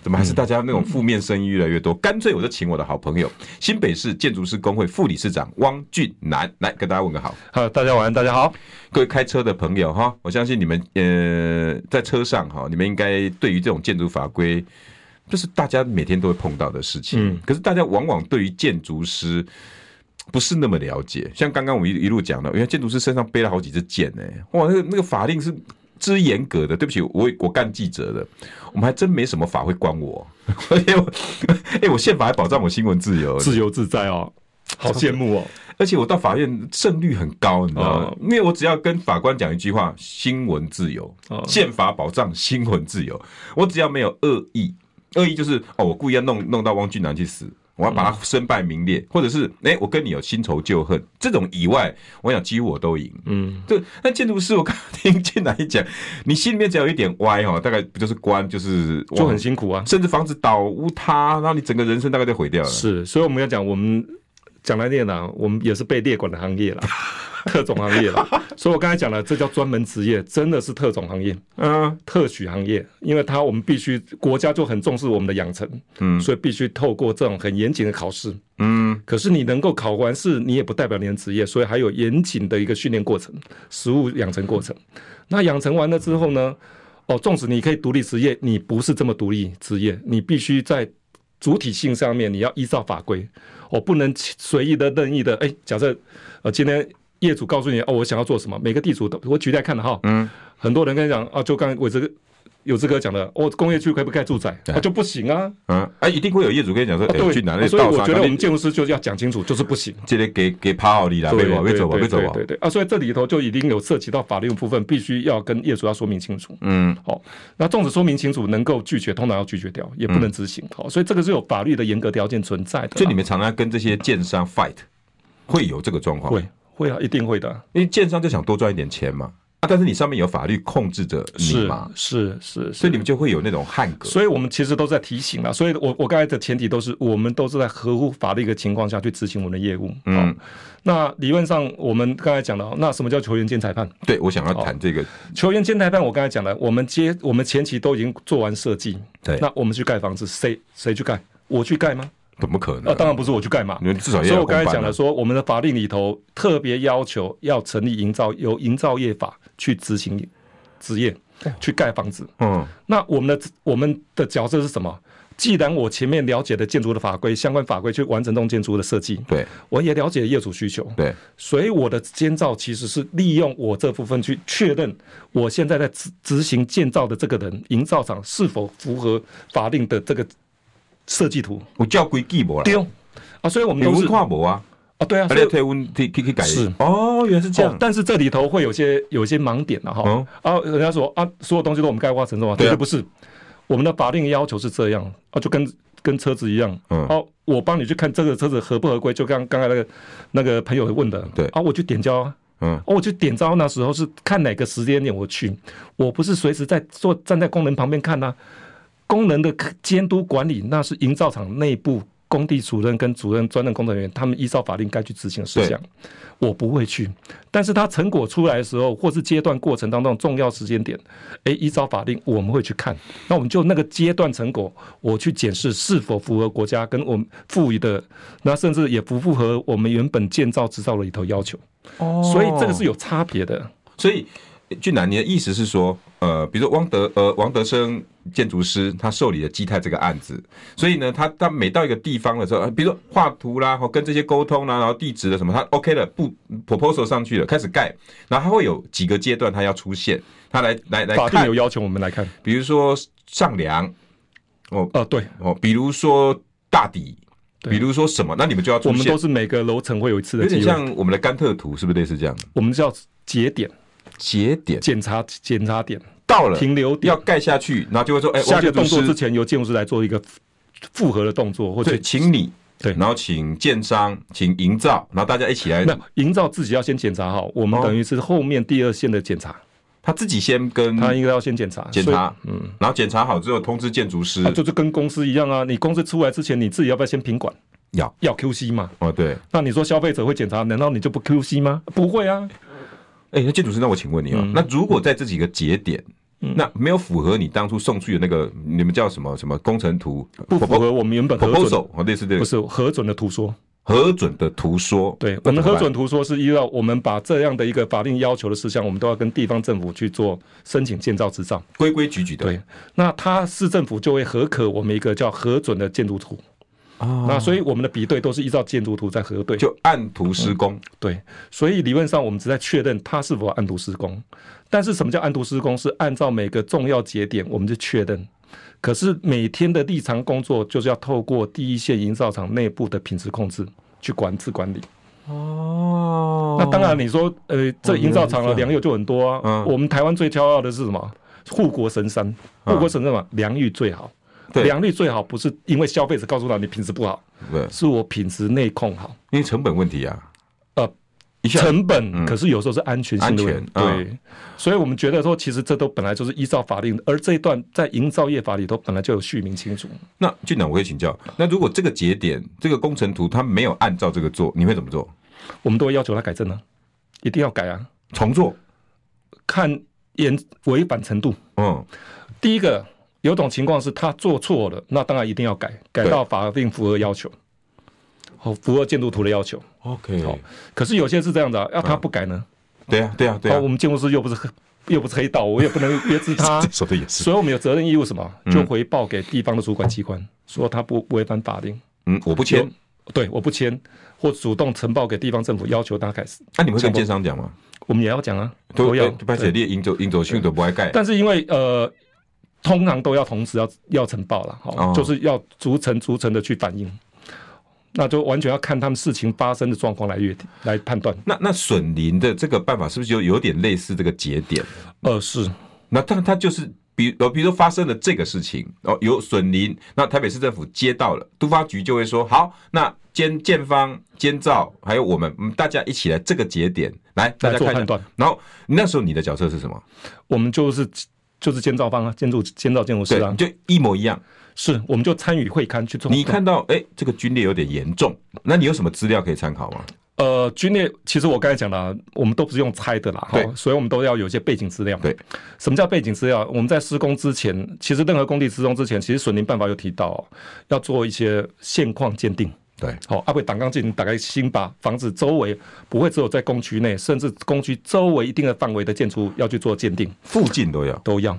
Speaker 1: 怎么还是大家那种负面声音越来越多？干脆我就请我的好朋友，新北市建筑师工会副理事长汪俊南来跟大家问个好。
Speaker 2: 好，大家晚安，大家好。
Speaker 1: 各位开车的朋友哈，我相信你们呃在车上哈，你们应该对于这种建筑法规，就是大家每天都会碰到的事情。
Speaker 2: 嗯
Speaker 1: 可是大家往往对于建筑师不是那么了解，像刚刚我们一一路讲的，原来建筑师身上背了好几支箭呢、哇，那个那个法令是。之严格的，对不起，我我干记者的，我们还真没什么法会管我， 而且我，哎、我宪法还保障我新闻自由，
Speaker 2: 自由自在哦，好羡慕哦。
Speaker 1: 而且我到法院胜率很高，你知道吗？
Speaker 2: 哦
Speaker 1: 因为我只要跟法官讲一句话：新闻自由
Speaker 2: 哦，
Speaker 1: 宪、法保障新闻自由。我只要没有恶意，恶意就是哦，我故意要弄弄到汪俊南去死，我要把他身败名
Speaker 2: 嗯
Speaker 1: 裂，或者是哎、我跟你有新仇旧恨，这种以外，我想几乎我都赢。
Speaker 2: 嗯，
Speaker 1: 对，那建筑师，我刚刚听进来讲，你心里面只要有一点歪哦，大概不就是关，就是
Speaker 2: 就很辛苦啊。
Speaker 1: 甚至房子倒屋塌，然后你整个人生大概就毁掉了。
Speaker 2: 是，所以我们要讲，我们讲来念啦，我们也是被列管的行业啦， 特种行业啦。所以我刚才讲了，这叫专门职业，真的是特种行业、
Speaker 1: 嗯
Speaker 2: 特许行业，因为它我们必须国家就很重视我们的养成，
Speaker 1: 嗯
Speaker 2: 所以必须透过这种很严谨的考试。
Speaker 1: 嗯，
Speaker 2: 可是你能够考完试，你也不代表你的职业，所以还有严谨的一个训练过程、实物养成过程。那养成完了之后呢？哦，纵使你可以独立职业，你不是这么独立职业，你必须在主体性上面你要依照法规，我、哦、不能随意的、任意的。哎，假设呃今天业主告诉你哦，我想要做什么，每个地主都我举例来看的哈，嗯，很多人跟你讲啊，就刚才我这个。有这个讲的，我、哦、工业区该不盖住宅？啊、就不行啊！
Speaker 1: 啊，啊，一定会有业主跟你讲说，
Speaker 2: 啊
Speaker 1: 哎、
Speaker 2: 对，
Speaker 1: 俊南那
Speaker 2: 所以
Speaker 1: 倒
Speaker 2: 我
Speaker 1: 沙
Speaker 2: 觉得
Speaker 1: 缸
Speaker 2: 我
Speaker 1: 你
Speaker 2: 们建筑师就是要讲清楚，就是不行。啊
Speaker 1: 这个给给趴好你啦，啊别走别走吧，别走吧
Speaker 2: 对。对啊，所以这里头就已经有涉及到法律的部分，必须要跟业主要说明清楚。
Speaker 1: 嗯，
Speaker 2: 好、那纵使说明清楚，能够拒绝，通常要拒绝掉，也不能执行。好、所以这个是有法律的严格条件存在的。
Speaker 1: 嗯所以你们常常跟这些建商 fight，会有这个状况，
Speaker 2: 会会啊，一定会的。
Speaker 1: 因为建商就想多赚一点钱嘛，啊，但是你上面有法律控制着你
Speaker 2: 是
Speaker 1: 嘛，
Speaker 2: 是是，
Speaker 1: 所
Speaker 2: 所
Speaker 1: 以
Speaker 2: 以
Speaker 1: 你们就会有那种汉格。
Speaker 2: 所以我们其实都在提醒了。所以我我刚才的前提都是，我们都是在合乎法律的情况下去执行我们的业务。
Speaker 1: 嗯
Speaker 2: 哦，那理论上我们刚才讲的，那什么叫球员兼裁判？
Speaker 1: 对，我想要谈这个，
Speaker 2: 球员兼裁判，我刚才讲了，我们接我们前期都已经做完设计，
Speaker 1: 对
Speaker 2: 那我们去盖房子，谁谁去盖？我去盖吗？
Speaker 1: 怎么可能？
Speaker 2: 啊，当然不是我去盖嘛
Speaker 1: 呃你。们至少
Speaker 2: 所
Speaker 1: 也
Speaker 2: 以
Speaker 1: 要
Speaker 2: 我刚才
Speaker 1: 公办
Speaker 2: 讲
Speaker 1: 啊
Speaker 2: 了，说我们的法令里头特别要求要成立营造由营造业法去执行职业去盖房子。
Speaker 1: 嗯，
Speaker 2: 那我们的我们的角色是什么？既然我前面了解的建筑的法规相关法规去完成这种建筑的设计，
Speaker 1: 对
Speaker 2: 我也了解业主需求，
Speaker 1: 对，
Speaker 2: 所以我的监造其实是利用我这部分去确认我现在在执执行建造的这个人，营造厂是否符合法令的这个设计图。
Speaker 1: 我叫规矩无啦，
Speaker 2: 丢啊，所以我们
Speaker 1: 你
Speaker 2: 都
Speaker 1: 文
Speaker 2: 是
Speaker 1: 化无啊，
Speaker 2: 啊，对啊，
Speaker 1: 而
Speaker 2: 所以
Speaker 1: 且推文可以可以改
Speaker 2: 是
Speaker 1: 哦，原来是这
Speaker 2: 哦
Speaker 1: 样，
Speaker 2: 但是这里头会有些有些盲点了哈。
Speaker 1: 嗯
Speaker 2: 啊，人家说啊，所有东西都我们概括成什么？
Speaker 1: 对啊
Speaker 2: 绝不是。我们的法令要求是这样啊，就跟跟车子一样。
Speaker 1: 嗯
Speaker 2: 哦，我帮你去看这个车子合不合规，就刚刚才那个那个朋友问的。
Speaker 1: 对
Speaker 2: 啊，我去点交啊。
Speaker 1: 嗯
Speaker 2: 哦，我去点招那时候是看哪个时间点我去，我不是随时在坐站在工人旁边看呐、工人的监督管理那是营造厂内部工地主任跟主任专任工作人员他们依照法令该去执行的事项，我不会去。但是它成果出来的时候，或是阶段过程当中重要时间点，诶，依照法令我们会去看，那我们就那个阶段成果，我去检视是否符合国家跟我们赋予的，那甚至也不符合我们原本建造执照里头要求。
Speaker 1: 哦
Speaker 2: 所以这个是有差别的。
Speaker 1: 所以俊南，你的意思是说，呃，比如说汪德呃王德生建筑师，他受理了基泰这个案子，所以呢，他他每到一个地方的时候，呃比如说画图啦，或跟这些沟通啦，然后地址的什么，他 OK 了，不 proposal 上去了，开始盖，然后他会有几个阶段，他要出现，他来来来
Speaker 2: 法定
Speaker 1: 哎看
Speaker 2: 有，要求我们来看。
Speaker 1: 比如说上梁
Speaker 2: 呃，对，
Speaker 1: 哦，比如说大底，
Speaker 2: 对
Speaker 1: 比如说什么，那你们就要
Speaker 2: 我
Speaker 1: 出
Speaker 2: 们
Speaker 1: 现
Speaker 2: 都，是每个楼层会有一次的
Speaker 1: 有
Speaker 2: 机
Speaker 1: 点
Speaker 2: 会，
Speaker 1: 像我们的甘特图，是不是类似这样？
Speaker 2: 我们叫节点、
Speaker 1: 节点
Speaker 2: 检查、检查点、
Speaker 1: 到了，
Speaker 2: 停留点
Speaker 1: 要。盖呃下去，然后就会说，哎，
Speaker 2: 下
Speaker 1: 王
Speaker 2: 个
Speaker 1: 建筑
Speaker 2: 动作
Speaker 1: 师
Speaker 2: 之前，由建筑师来做一个复合的动作，或者
Speaker 1: 对，请你
Speaker 2: 对
Speaker 1: 然后请建商，请营造，然后大家一起来
Speaker 2: 没，有营造自己要先检查好。我们
Speaker 1: 哦
Speaker 2: 等于是后面第二线的检查，
Speaker 1: 他自己先跟
Speaker 2: 他应该要先检查。
Speaker 1: 嗯检
Speaker 2: 所以
Speaker 1: 查，嗯，然后检查好之后通知建筑师
Speaker 2: 啊，就是跟公司一样啊，你公司出来之前，你自己要不要先品管？
Speaker 1: 要
Speaker 2: 要 QC 嘛？
Speaker 1: 哦，对，
Speaker 2: 那你说消费者会检查，难道你就不 QC 吗？不会啊，
Speaker 1: 哎，那建筑师，那我请问你哦，
Speaker 2: 嗯
Speaker 1: 那如果在这几个节点。那没有符合你当初送去的那个，你们叫什么什么工程图？
Speaker 2: 不符合我们原本核准
Speaker 1: proposal 哦，类似这
Speaker 2: 不
Speaker 1: 个
Speaker 2: 是核准的图说。
Speaker 1: 核准的图说。
Speaker 2: 对，
Speaker 1: 那
Speaker 2: 我
Speaker 1: 怎
Speaker 2: 们
Speaker 1: 么
Speaker 2: 核
Speaker 1: 办
Speaker 2: 准图说是依照我们把这样的一个法定要求的事项，我们都要跟地方政府去做申请建造执照。
Speaker 1: 规规矩矩的。
Speaker 2: 对，那他市政府就会核可我们一个叫核准的建筑图。
Speaker 1: 哦
Speaker 2: 那所以我们的比对都是依照建筑图在核对，
Speaker 1: 就按图施工。
Speaker 2: 对，所以理论上我们只在确认它是否按图施工。但是什么叫按图施工？是按照每个重要节点我们去确认。可是每天的立场工作就是要透过第一线营造厂内部的品质控制去管制管理。嗯
Speaker 1: 哦
Speaker 2: 那当然，你说呃，这营造厂
Speaker 1: 原来是这
Speaker 2: 的
Speaker 1: 样
Speaker 2: 良友就很多啊。
Speaker 1: 嗯
Speaker 2: 我们台湾最骄傲的是什么？护国神山，护国神山嘛，良率最好。
Speaker 1: 嗯对
Speaker 2: 良率最好不是因为消费者告诉他你品质不好，
Speaker 1: 对，
Speaker 2: 是我品质内控好。
Speaker 1: 因为成本问题啊，
Speaker 2: 呃，
Speaker 1: 一下嗯
Speaker 2: 成本，可是有时候是安全性的问题。
Speaker 1: 安全嗯
Speaker 2: 对，所以我们觉得说，其实这都本来就是依照法令，而这一段在营造业法里头本来就有续明清楚。
Speaker 1: 那俊南，我可以请教，那如果这个节点这个工程图他没有按照这个做，你会怎么做？
Speaker 2: 我们都会要求他改正啊，一定要改啊，
Speaker 1: 重做？
Speaker 2: 看严违反程度。
Speaker 1: 嗯，
Speaker 2: 第一个，有种情况是他做错了，那当然一定要改，改到法定符合要求，哦，符合建筑图的要求。
Speaker 1: OK，
Speaker 2: 好可是有些是这样的、啊，要、他不改呢？
Speaker 1: 对啊，对啊，对
Speaker 2: 啊
Speaker 1: 啊
Speaker 2: 我，们建筑师又不是黑又不是黑道，我也不能约制他
Speaker 1: 这。说的也 是。
Speaker 2: 所以我们有责任义务什么？就回报给地方的主管机关，说他不违反法令，
Speaker 1: 嗯，我不签，
Speaker 2: 有，对，我不签，或主动呈报给地方政府，要求他改。
Speaker 1: 啊那、你们会跟建商讲吗？
Speaker 2: 我们也要讲啊，
Speaker 1: 都
Speaker 2: 都要
Speaker 1: 哎。拍写
Speaker 2: 对
Speaker 1: 列英州英州训都不爱盖，
Speaker 2: 但是因为呃，通常都要同时要要呈报了，
Speaker 1: 哦
Speaker 2: 哦，就是要逐层逐层的去反映，那就完全要看他们事情发生的状况来约定来判断。
Speaker 1: 那那损林的这个办法是不是就有点类似这个节点？
Speaker 2: 呃，是
Speaker 1: 那但它就是比呃，比如说发生了这个事情，哦，有损林，那台北市政府接到了，都发局就会说，好，那监建方、监造还有我们，嗯，大家一起来这个节点来，大家
Speaker 2: 做
Speaker 1: 看一
Speaker 2: 判
Speaker 1: 下
Speaker 2: 断。
Speaker 1: 然后那时候你的角色是什么？
Speaker 2: 我们就是就是建造方啊，建筑建造建筑师啊
Speaker 1: 对，，就一模一样。
Speaker 2: 是，我们就参与会刊去做。
Speaker 1: 你看到哎、这个军裂有点严重，那你有什么资料可以参考吗？
Speaker 2: 呃，军内其实我刚才讲了啊，我们都不是用猜的啦，
Speaker 1: 对
Speaker 2: 哈，所以我们都要有一些背景资料。
Speaker 1: 对，
Speaker 2: 什么叫背景资料？我们在施工之前，其实任何工地施工之前，其实损林办法有提到、哦，要做一些现况鉴定。
Speaker 1: 对，
Speaker 2: 好、啊阿伟挡钢筋大概新把房子周围不会只有在工区内，甚至工区周围一定的范围的建筑要去做鉴定，
Speaker 1: 附近都要。
Speaker 2: 都要。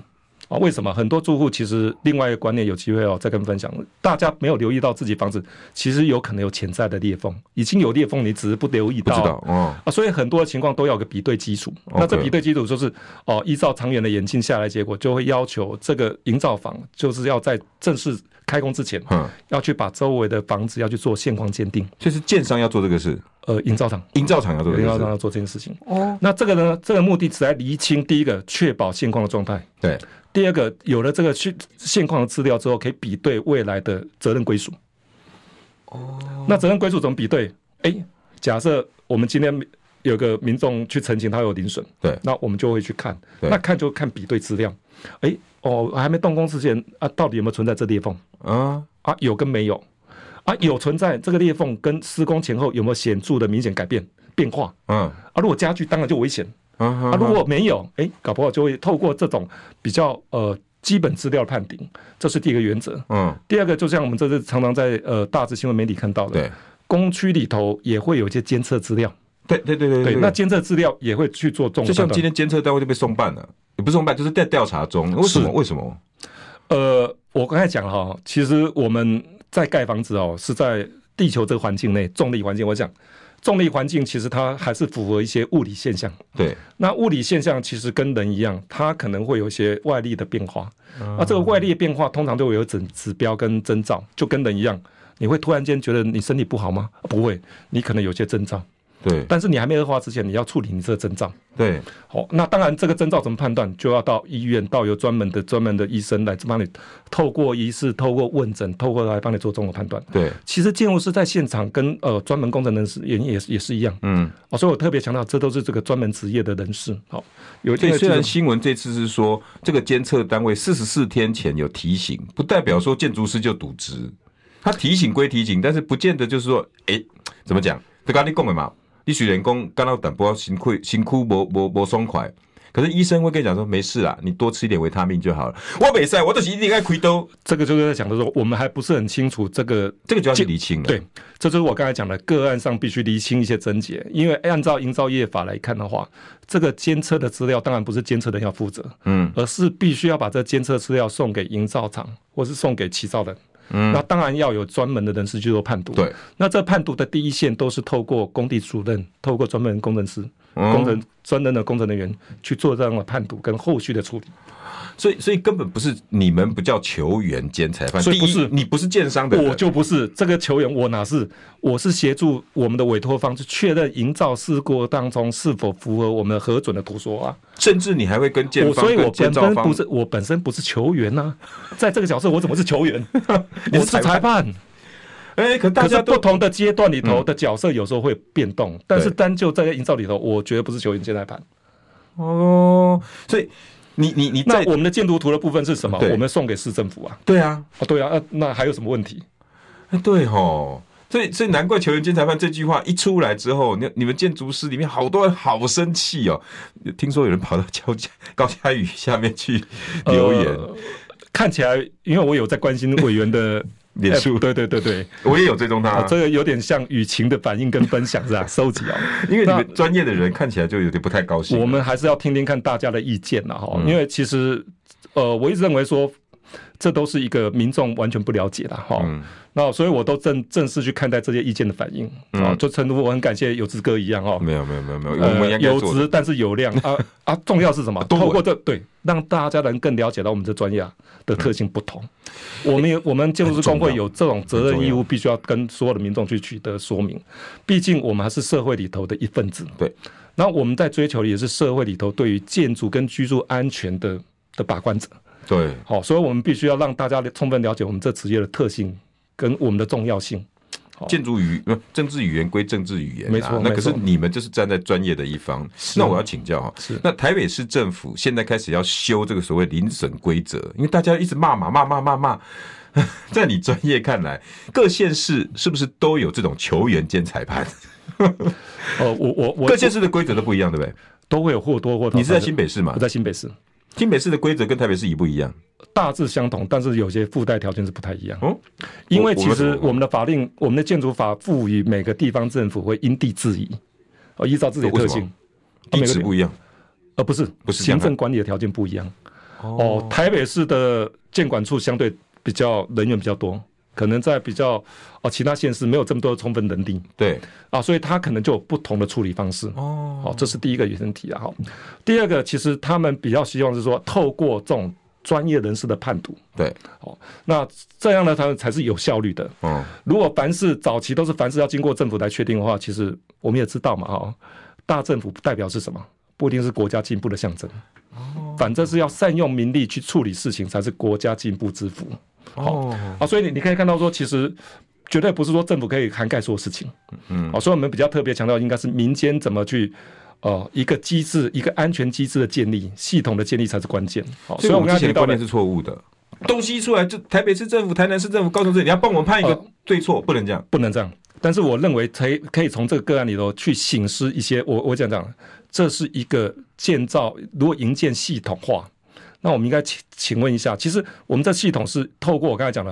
Speaker 2: 啊，为什么很多住户其实另外一个观念有机会哦，再跟分享。大家没有留意到自己房子其实有可能有潜在的裂缝，已经有裂缝，你只是不留意
Speaker 1: 不
Speaker 2: 到。
Speaker 1: 知道哦，
Speaker 2: 啊，所以很多的情况都要有个比对基础。
Speaker 1: OK
Speaker 2: 那这比对基础就是哦、依照长远的演进下来，结果就会要求这个营造房就是要在正式开工之前，
Speaker 1: 嗯，
Speaker 2: 要去把周围的房子要去做现况鉴定。
Speaker 1: 所以是建商要做这个事，
Speaker 2: 呃，营造厂，
Speaker 1: 营造厂要做这
Speaker 2: 营造
Speaker 1: 个
Speaker 2: 厂
Speaker 1: 事，
Speaker 2: 要做这件事情。哦，那这个呢，这个目的只在厘清第一个确保现况的状态，
Speaker 1: 对，
Speaker 2: 第二个有了这个去现况的资料之后，可以比对未来的责任归属。哦，那责任归属怎么比对？哎、假设我们今天有个民众去澄清他有零损，
Speaker 1: 对
Speaker 2: 那我们就会去看，
Speaker 1: 对
Speaker 2: 那看就看比对资料。哎、哦，还没动工之前啊，到底有没有存在这裂缝
Speaker 1: 啊，
Speaker 2: 啊？有跟没有啊？有存在这个裂缝跟施工前后有没有显著的明显改变变化
Speaker 1: 嗯，
Speaker 2: 啊？如果加剧，当然就危险。
Speaker 1: 啊
Speaker 2: 啊，
Speaker 1: 啊
Speaker 2: 如果没有，哎、搞不好就会透过这种比较呃基本资料的判定，这是第一个原则。
Speaker 1: 嗯，
Speaker 2: 第二个，就像我们这次常常在呃大致新闻媒体看到的，
Speaker 1: 对，
Speaker 2: 工区里头也会有一些监测资料，
Speaker 1: 对对对对
Speaker 2: 对，那监测资料也会去做重
Speaker 1: 就像
Speaker 2: 判
Speaker 1: 今
Speaker 2: 断。
Speaker 1: 天监测单位就被送办了，也不是送办，就是在调查中。为什么？
Speaker 2: 是
Speaker 1: 为什么？
Speaker 2: 呃，我刚才讲了哈，其实我们在盖房子哦，是在地球这个环境内，重力环境。我讲重力环境其实它还是符合一些物理现象。
Speaker 1: 对，
Speaker 2: 那物理现象其实跟人一样，它可能会有一些外力的变化。啊，这个外力的变化通常都会有指指标跟征兆，就跟人一样，你会突然间觉得你身体不好吗？啊不会，你可能有些征兆，
Speaker 1: 对，
Speaker 2: 但是你还没恶化之前，你要处理你这个征兆。
Speaker 1: 对，
Speaker 2: 好、那当然这个征兆怎么判断，就要到医院，到有专门的专门的医生来帮你，透过仪式，透过问诊，透过来帮你做综合判断。
Speaker 1: 对，
Speaker 2: 其实建筑师在现场跟呃专门工程人士也也也是一样。
Speaker 1: 嗯。
Speaker 2: 哦，所以我特别强调，这都是这个专门职业的人士。好、有
Speaker 1: 所以
Speaker 2: 这个
Speaker 1: 虽
Speaker 2: 技
Speaker 1: 然
Speaker 2: 术
Speaker 1: 新闻这次是说这个监测单位四十四天前有提醒，不代表说建筑师就渎职。他提醒归提醒，但是不见得就是说，诶，怎么讲？就刚才你讲的嘛，你许员工干到淡薄辛苦辛苦不不不爽快，可是医生会跟你讲说没事啦，你多吃一点维他命就好了。我没事，我就是一定爱开刀，
Speaker 2: 这个就是在讲的说，我们还不是很清楚这个
Speaker 1: 这个就要去厘清了。
Speaker 2: 对，这就是我刚才讲的个案上必须厘清一些症结，因为按照营造业法来看的话，这个监测的资料当然不是监测人要负责，
Speaker 1: 嗯，
Speaker 2: 而是必须要把这监测资料送给营造厂或是送给起造人。
Speaker 1: 嗯，
Speaker 2: 那当然要有专门的人士去做判读。
Speaker 1: 对，
Speaker 2: 那这判读的第一线都是透过工地主任、透过专门工程师、
Speaker 1: 嗯
Speaker 2: 工程专门的工程人员去做这样的判读跟后续的处理。
Speaker 1: 所以所以根本不是你们不叫球员兼裁判，
Speaker 2: 所以
Speaker 1: 第一
Speaker 2: 不是
Speaker 1: 你不是建商的人，
Speaker 2: 我就不是这个球员，我哪是？我是协助我们的委托方去确认营造事故当中是否符合我们核准的图说啊。
Speaker 1: 甚至你还会跟建
Speaker 2: 我
Speaker 1: 方
Speaker 2: 所以，我
Speaker 1: 跟建
Speaker 2: 本
Speaker 1: 造
Speaker 2: 身
Speaker 1: 方
Speaker 2: 不是我本身不是球员呐、在这个角色我怎么是球 员？我是裁判。
Speaker 1: 哎、可大
Speaker 2: 可
Speaker 1: 家
Speaker 2: 是
Speaker 1: 都嗯
Speaker 2: 不同的阶段里头的角色有时候会变动，但是
Speaker 1: 对
Speaker 2: 单就在营造里头，我觉得不是球员兼裁判。
Speaker 1: 哦，所以你你你
Speaker 2: 那
Speaker 1: 在
Speaker 2: 我们的建筑图的部分是什么
Speaker 1: 对？
Speaker 2: 我们送给市政府啊。
Speaker 1: 对啊，
Speaker 2: 哦，对啊，呃那还有什么问题？
Speaker 1: 哎对吼，所以所以难怪球员兼裁判这句话一出来之后，你你们建筑师里面好多人好生气哦，听说有人跑到高家高佳宇下面去留言，
Speaker 2: 呃看起来，因为我有在关心委员的
Speaker 1: 脸书
Speaker 2: app，对对对对，
Speaker 1: 我也有追踪他、
Speaker 2: 啊，这个有点像雨晴的反应跟分享是吧？收集啊，
Speaker 1: 因为你
Speaker 2: 那
Speaker 1: 们专业的人看起来就有点不太高兴了，啊
Speaker 2: 我们还是要听听看大家的意见了哈，因为其实呃，我一直认为说。这都是一个民众完全不了解的哈，
Speaker 1: 嗯
Speaker 2: 那所以我都正正式去看待这些意见的反应啊、就诚如我很感谢有志哥一样哦，
Speaker 1: 没有没有没有没有，我
Speaker 2: 呃
Speaker 1: 们应该
Speaker 2: 有
Speaker 1: 做的
Speaker 2: 值但是有量 啊啊，重要是什么？
Speaker 1: 多
Speaker 2: 透过这对让大家能更了解到我们这专业啊的特性不同。
Speaker 1: 嗯
Speaker 2: 我们有我们建筑师工会有这种责任义务，必须要跟所有的民众去取得说明。毕竟我们还是社会里头的一份子。
Speaker 1: 嗯对，
Speaker 2: 那我们在追求的也是社会里头对于建筑跟居住安全的的把关者。
Speaker 1: 对。
Speaker 2: 好，所以我们必须要让大家充分了解我们这职业的特性跟我们的重要性。
Speaker 1: 建筑语不政治语言归政治语言、啊，
Speaker 2: 哦没错
Speaker 1: 那可是
Speaker 2: 没错
Speaker 1: 你们就是站在专业的一方。那我要请教哈、
Speaker 2: 是
Speaker 1: 那台北市政府现在开始要修这个所谓邻省规则，因为大家一直骂嘛骂骂骂骂。 在你专业看来，各县市是不是都有这种球员兼裁判？
Speaker 2: 呃，我我我哦
Speaker 1: 各县市的规则都不一样，对不对？
Speaker 2: 都会有或多或少。
Speaker 1: 你是在新北市嘛
Speaker 2: 我？在新北市。
Speaker 1: 新北市的规则跟台北市一不一样？
Speaker 2: 大致相同，但是有些附带条件是不太一样。
Speaker 1: 哦，
Speaker 2: 因为其
Speaker 1: 我我
Speaker 2: 实
Speaker 1: 懂
Speaker 2: 我们的法令，我们的建筑法赋予每个地方政府会因地制宜，哦，依照自己的特
Speaker 1: 为什
Speaker 2: 性
Speaker 1: 么，地址
Speaker 2: 每个
Speaker 1: 不一样。
Speaker 2: 呃，不是，
Speaker 1: 不是这样啊
Speaker 2: 行政管理的条件不一样。哦，台北市的建管处相对比较人员比较多，可能在比较哦其他县市没有这么多充分能力
Speaker 1: 对，
Speaker 2: 啊，所以它可能就有不同的处理方式。
Speaker 1: 哦，
Speaker 2: 好，这是第一个原生体啊。好，第二个其实他们比较希望是说，透过这种专业人士的判读，
Speaker 1: 对，
Speaker 2: 哦，那这样呢，它才是有效率的。
Speaker 1: 嗯，
Speaker 2: 如果凡事早期都是凡事要经过政府来确定的话，其实我们也知道嘛，哈、大政府代表是什么？不一定是国家进步的象征，
Speaker 1: 哦
Speaker 2: 反正是要善用民力去处理事情，才是国家进步之福
Speaker 1: 哦，
Speaker 2: 啊。所以你你可以看到说，其实绝对不是说政府可以涵盖所有事情，嗯，啊，所以我们比较特别强调，应该是民间怎么去。呃，一个机制，一个安全机制的建立，系统的建立才是关键。好、
Speaker 1: 哦所
Speaker 2: 所
Speaker 1: 以
Speaker 2: 以
Speaker 1: 我
Speaker 2: 我
Speaker 1: 们之
Speaker 2: 们刚才
Speaker 1: 前的
Speaker 2: 提到
Speaker 1: 观
Speaker 2: 的
Speaker 1: 念是错误的。东西一出来，就台北市政府、台南市政府、高雄市，你要帮我们判一个
Speaker 2: 哦
Speaker 1: 对错，不能这样。
Speaker 2: 不能这样。但是我认为可以可以从这个个案里头去醒思一些，我我讲讲，这是一个建造，如果营建系统化，那我们应该请请问一下，其实我们这系统是透过我刚才讲的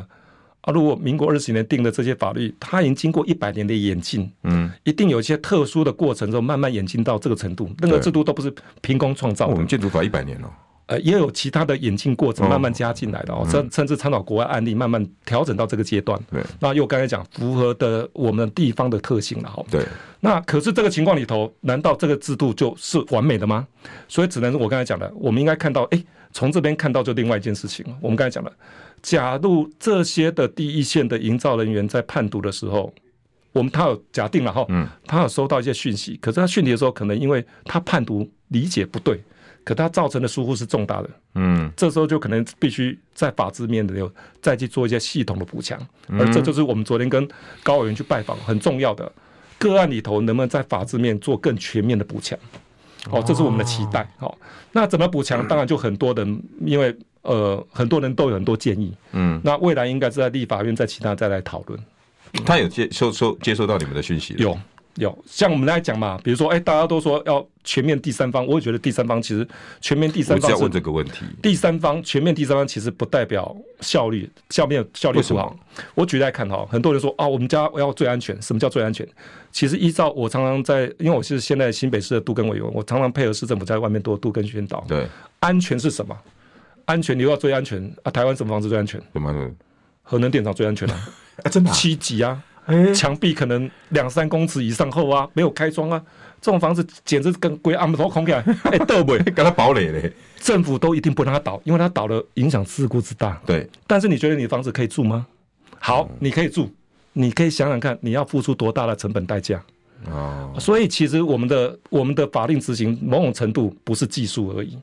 Speaker 2: 啊，如果民国二十年定的这些法律，它已经经过一百年的演进，
Speaker 1: 嗯，
Speaker 2: 一定有一些特殊的过程之后，慢慢演进到这个程度。任何
Speaker 1: 对
Speaker 2: 制度都不是凭空创造
Speaker 1: 哦我
Speaker 2: 的
Speaker 1: 们，建筑法一百年了、
Speaker 2: 呃，也有其他的演进过程慢慢加进来的哦，甚、甚至参考国外案例，慢慢调整到这个阶段。
Speaker 1: 对
Speaker 2: 那又刚才讲符合的我们地方的特性了哈、哦。
Speaker 1: 对，
Speaker 2: 那可是这个情况里头，难道这个制度就是完美的吗？所以只能是我刚才讲的，我们应该看到，诶，从这边看到就另外一件事情了。我们刚才讲的，假如这些的第一线的营造人员在判读的时候，我们他有假定了哈，
Speaker 1: 嗯，
Speaker 2: 他有收到一些讯息，可是他讯息的时候，可能因为他判读理解不对，可他造成的疏忽是重大的，
Speaker 1: 嗯，
Speaker 2: 这时候就可能必须在法制面的有再去做一些系统的补强，而
Speaker 1: 嗯
Speaker 2: 这就是我们昨天跟高委员去拜访很重要的个案里头，能不能在法制面做更全面的补强？哦，这是我们的期待。哦，那怎么补强？当然就很多人，因为呃，很多人都有很多建议。
Speaker 1: 嗯，
Speaker 2: 那未来应该是在立法院在其他再来讨论。
Speaker 1: 他有接收收接收到你们的讯息了，
Speaker 2: 有有，像我们来讲嘛，比如说，哎，大家都说要全面第三方，我也觉得第三方其实全面第
Speaker 1: 我
Speaker 2: 三
Speaker 1: 一直
Speaker 2: 方
Speaker 1: 要
Speaker 2: 是
Speaker 1: 问这个问题，
Speaker 2: 第三方全面第三方其实不代表效率，效面效率
Speaker 1: 为什
Speaker 2: 不
Speaker 1: 么
Speaker 2: 好。我举例来看哈，很多人说啊，我们家要最安全。什么叫最安全？其实依照我常常在，因为我是现在新北市的都更委员，我常常配合市政府在外面多都更宣导。
Speaker 1: 对，
Speaker 2: 安全是什么？安全你要最安全啊！台湾什么房子最安全？
Speaker 1: 怎么了？
Speaker 2: 核能电厂最安全啊，
Speaker 1: 啊，真的、啊？
Speaker 2: 七级啊，
Speaker 1: 哎
Speaker 2: 墙壁可能两三公尺以上厚啊，没有开窗啊，这种房子简直跟鬼按头孔起来，哎、倒 不
Speaker 1: 跟他堡垒嘞，
Speaker 2: 政府都一定不让它倒，因为它倒了影响事故之大。
Speaker 1: 对，
Speaker 2: 但是你觉得你的房子可以住吗？好，你可以住，你可以想想看，你要付出多大的成本代价。
Speaker 1: 哦，
Speaker 2: 所以其实我们的我们的法令执行某种程度不是技术而已，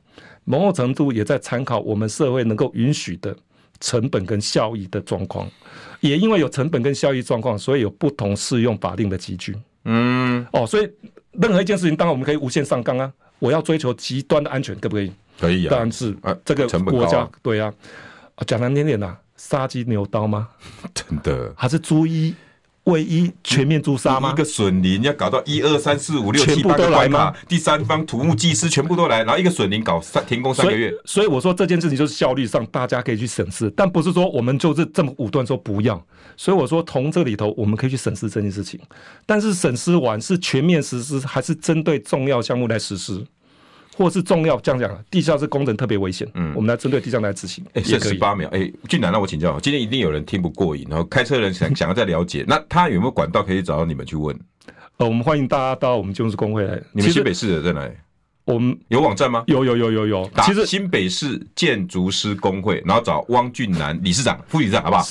Speaker 2: 某种程度也在参考我们社会能够允许的成本跟效益的状况。也因为有成本跟效益状况，所以有不同适用法令的集聚。
Speaker 1: 嗯，
Speaker 2: 哦，所以任何一件事情，当然我们可以无限上纲啊。我要追求极端的安全，可不可以？
Speaker 1: 可以
Speaker 2: 当
Speaker 1: 啊
Speaker 2: 然，是
Speaker 1: 啊
Speaker 2: 这个
Speaker 1: 成本高
Speaker 2: 国
Speaker 1: 啊
Speaker 2: 家对啊，啊讲难听点呐，杀鸡牛刀吗？
Speaker 1: 真的。
Speaker 2: 还是猪一卫一全面诛杀吗
Speaker 1: 一？个损林要搞到一二三四五六
Speaker 2: 全
Speaker 1: 七
Speaker 2: 部
Speaker 1: 八个
Speaker 2: 都来
Speaker 1: 关卡
Speaker 2: 吗，
Speaker 1: 第三方土木技师全部都来，然后一个损林搞三停工三
Speaker 2: 所
Speaker 1: 个月
Speaker 2: 以，，所以我说这件事情就是效率上大家可以去审视，但不是说我们就是这么武断说不要。所以我说从这里头我们可以去审视这件事情，但是审视完是全面实施，还是针对重要项目来实施，或是重要这样讲，地下室工程特别危险，嗯，我们来针对地上来执行，
Speaker 1: 哎，
Speaker 2: 也
Speaker 1: 剩
Speaker 2: 可
Speaker 1: 十
Speaker 2: 以。
Speaker 1: 八秒，哎，俊南让我请教，今天一定有人听不过瘾，然后开车的人想想要再了 解，那他有没有管道可以找到你们去问？
Speaker 2: 呃，我们欢迎大家到我们建筑师工会来。
Speaker 1: 你们
Speaker 2: 其实
Speaker 1: 新北市的在哪里？
Speaker 2: 我们
Speaker 1: 有网站吗？
Speaker 2: 有有有有有，
Speaker 1: 打
Speaker 2: 其实
Speaker 1: 新北市建筑师工会，然后找汪俊南理事长、副理事长，好不好？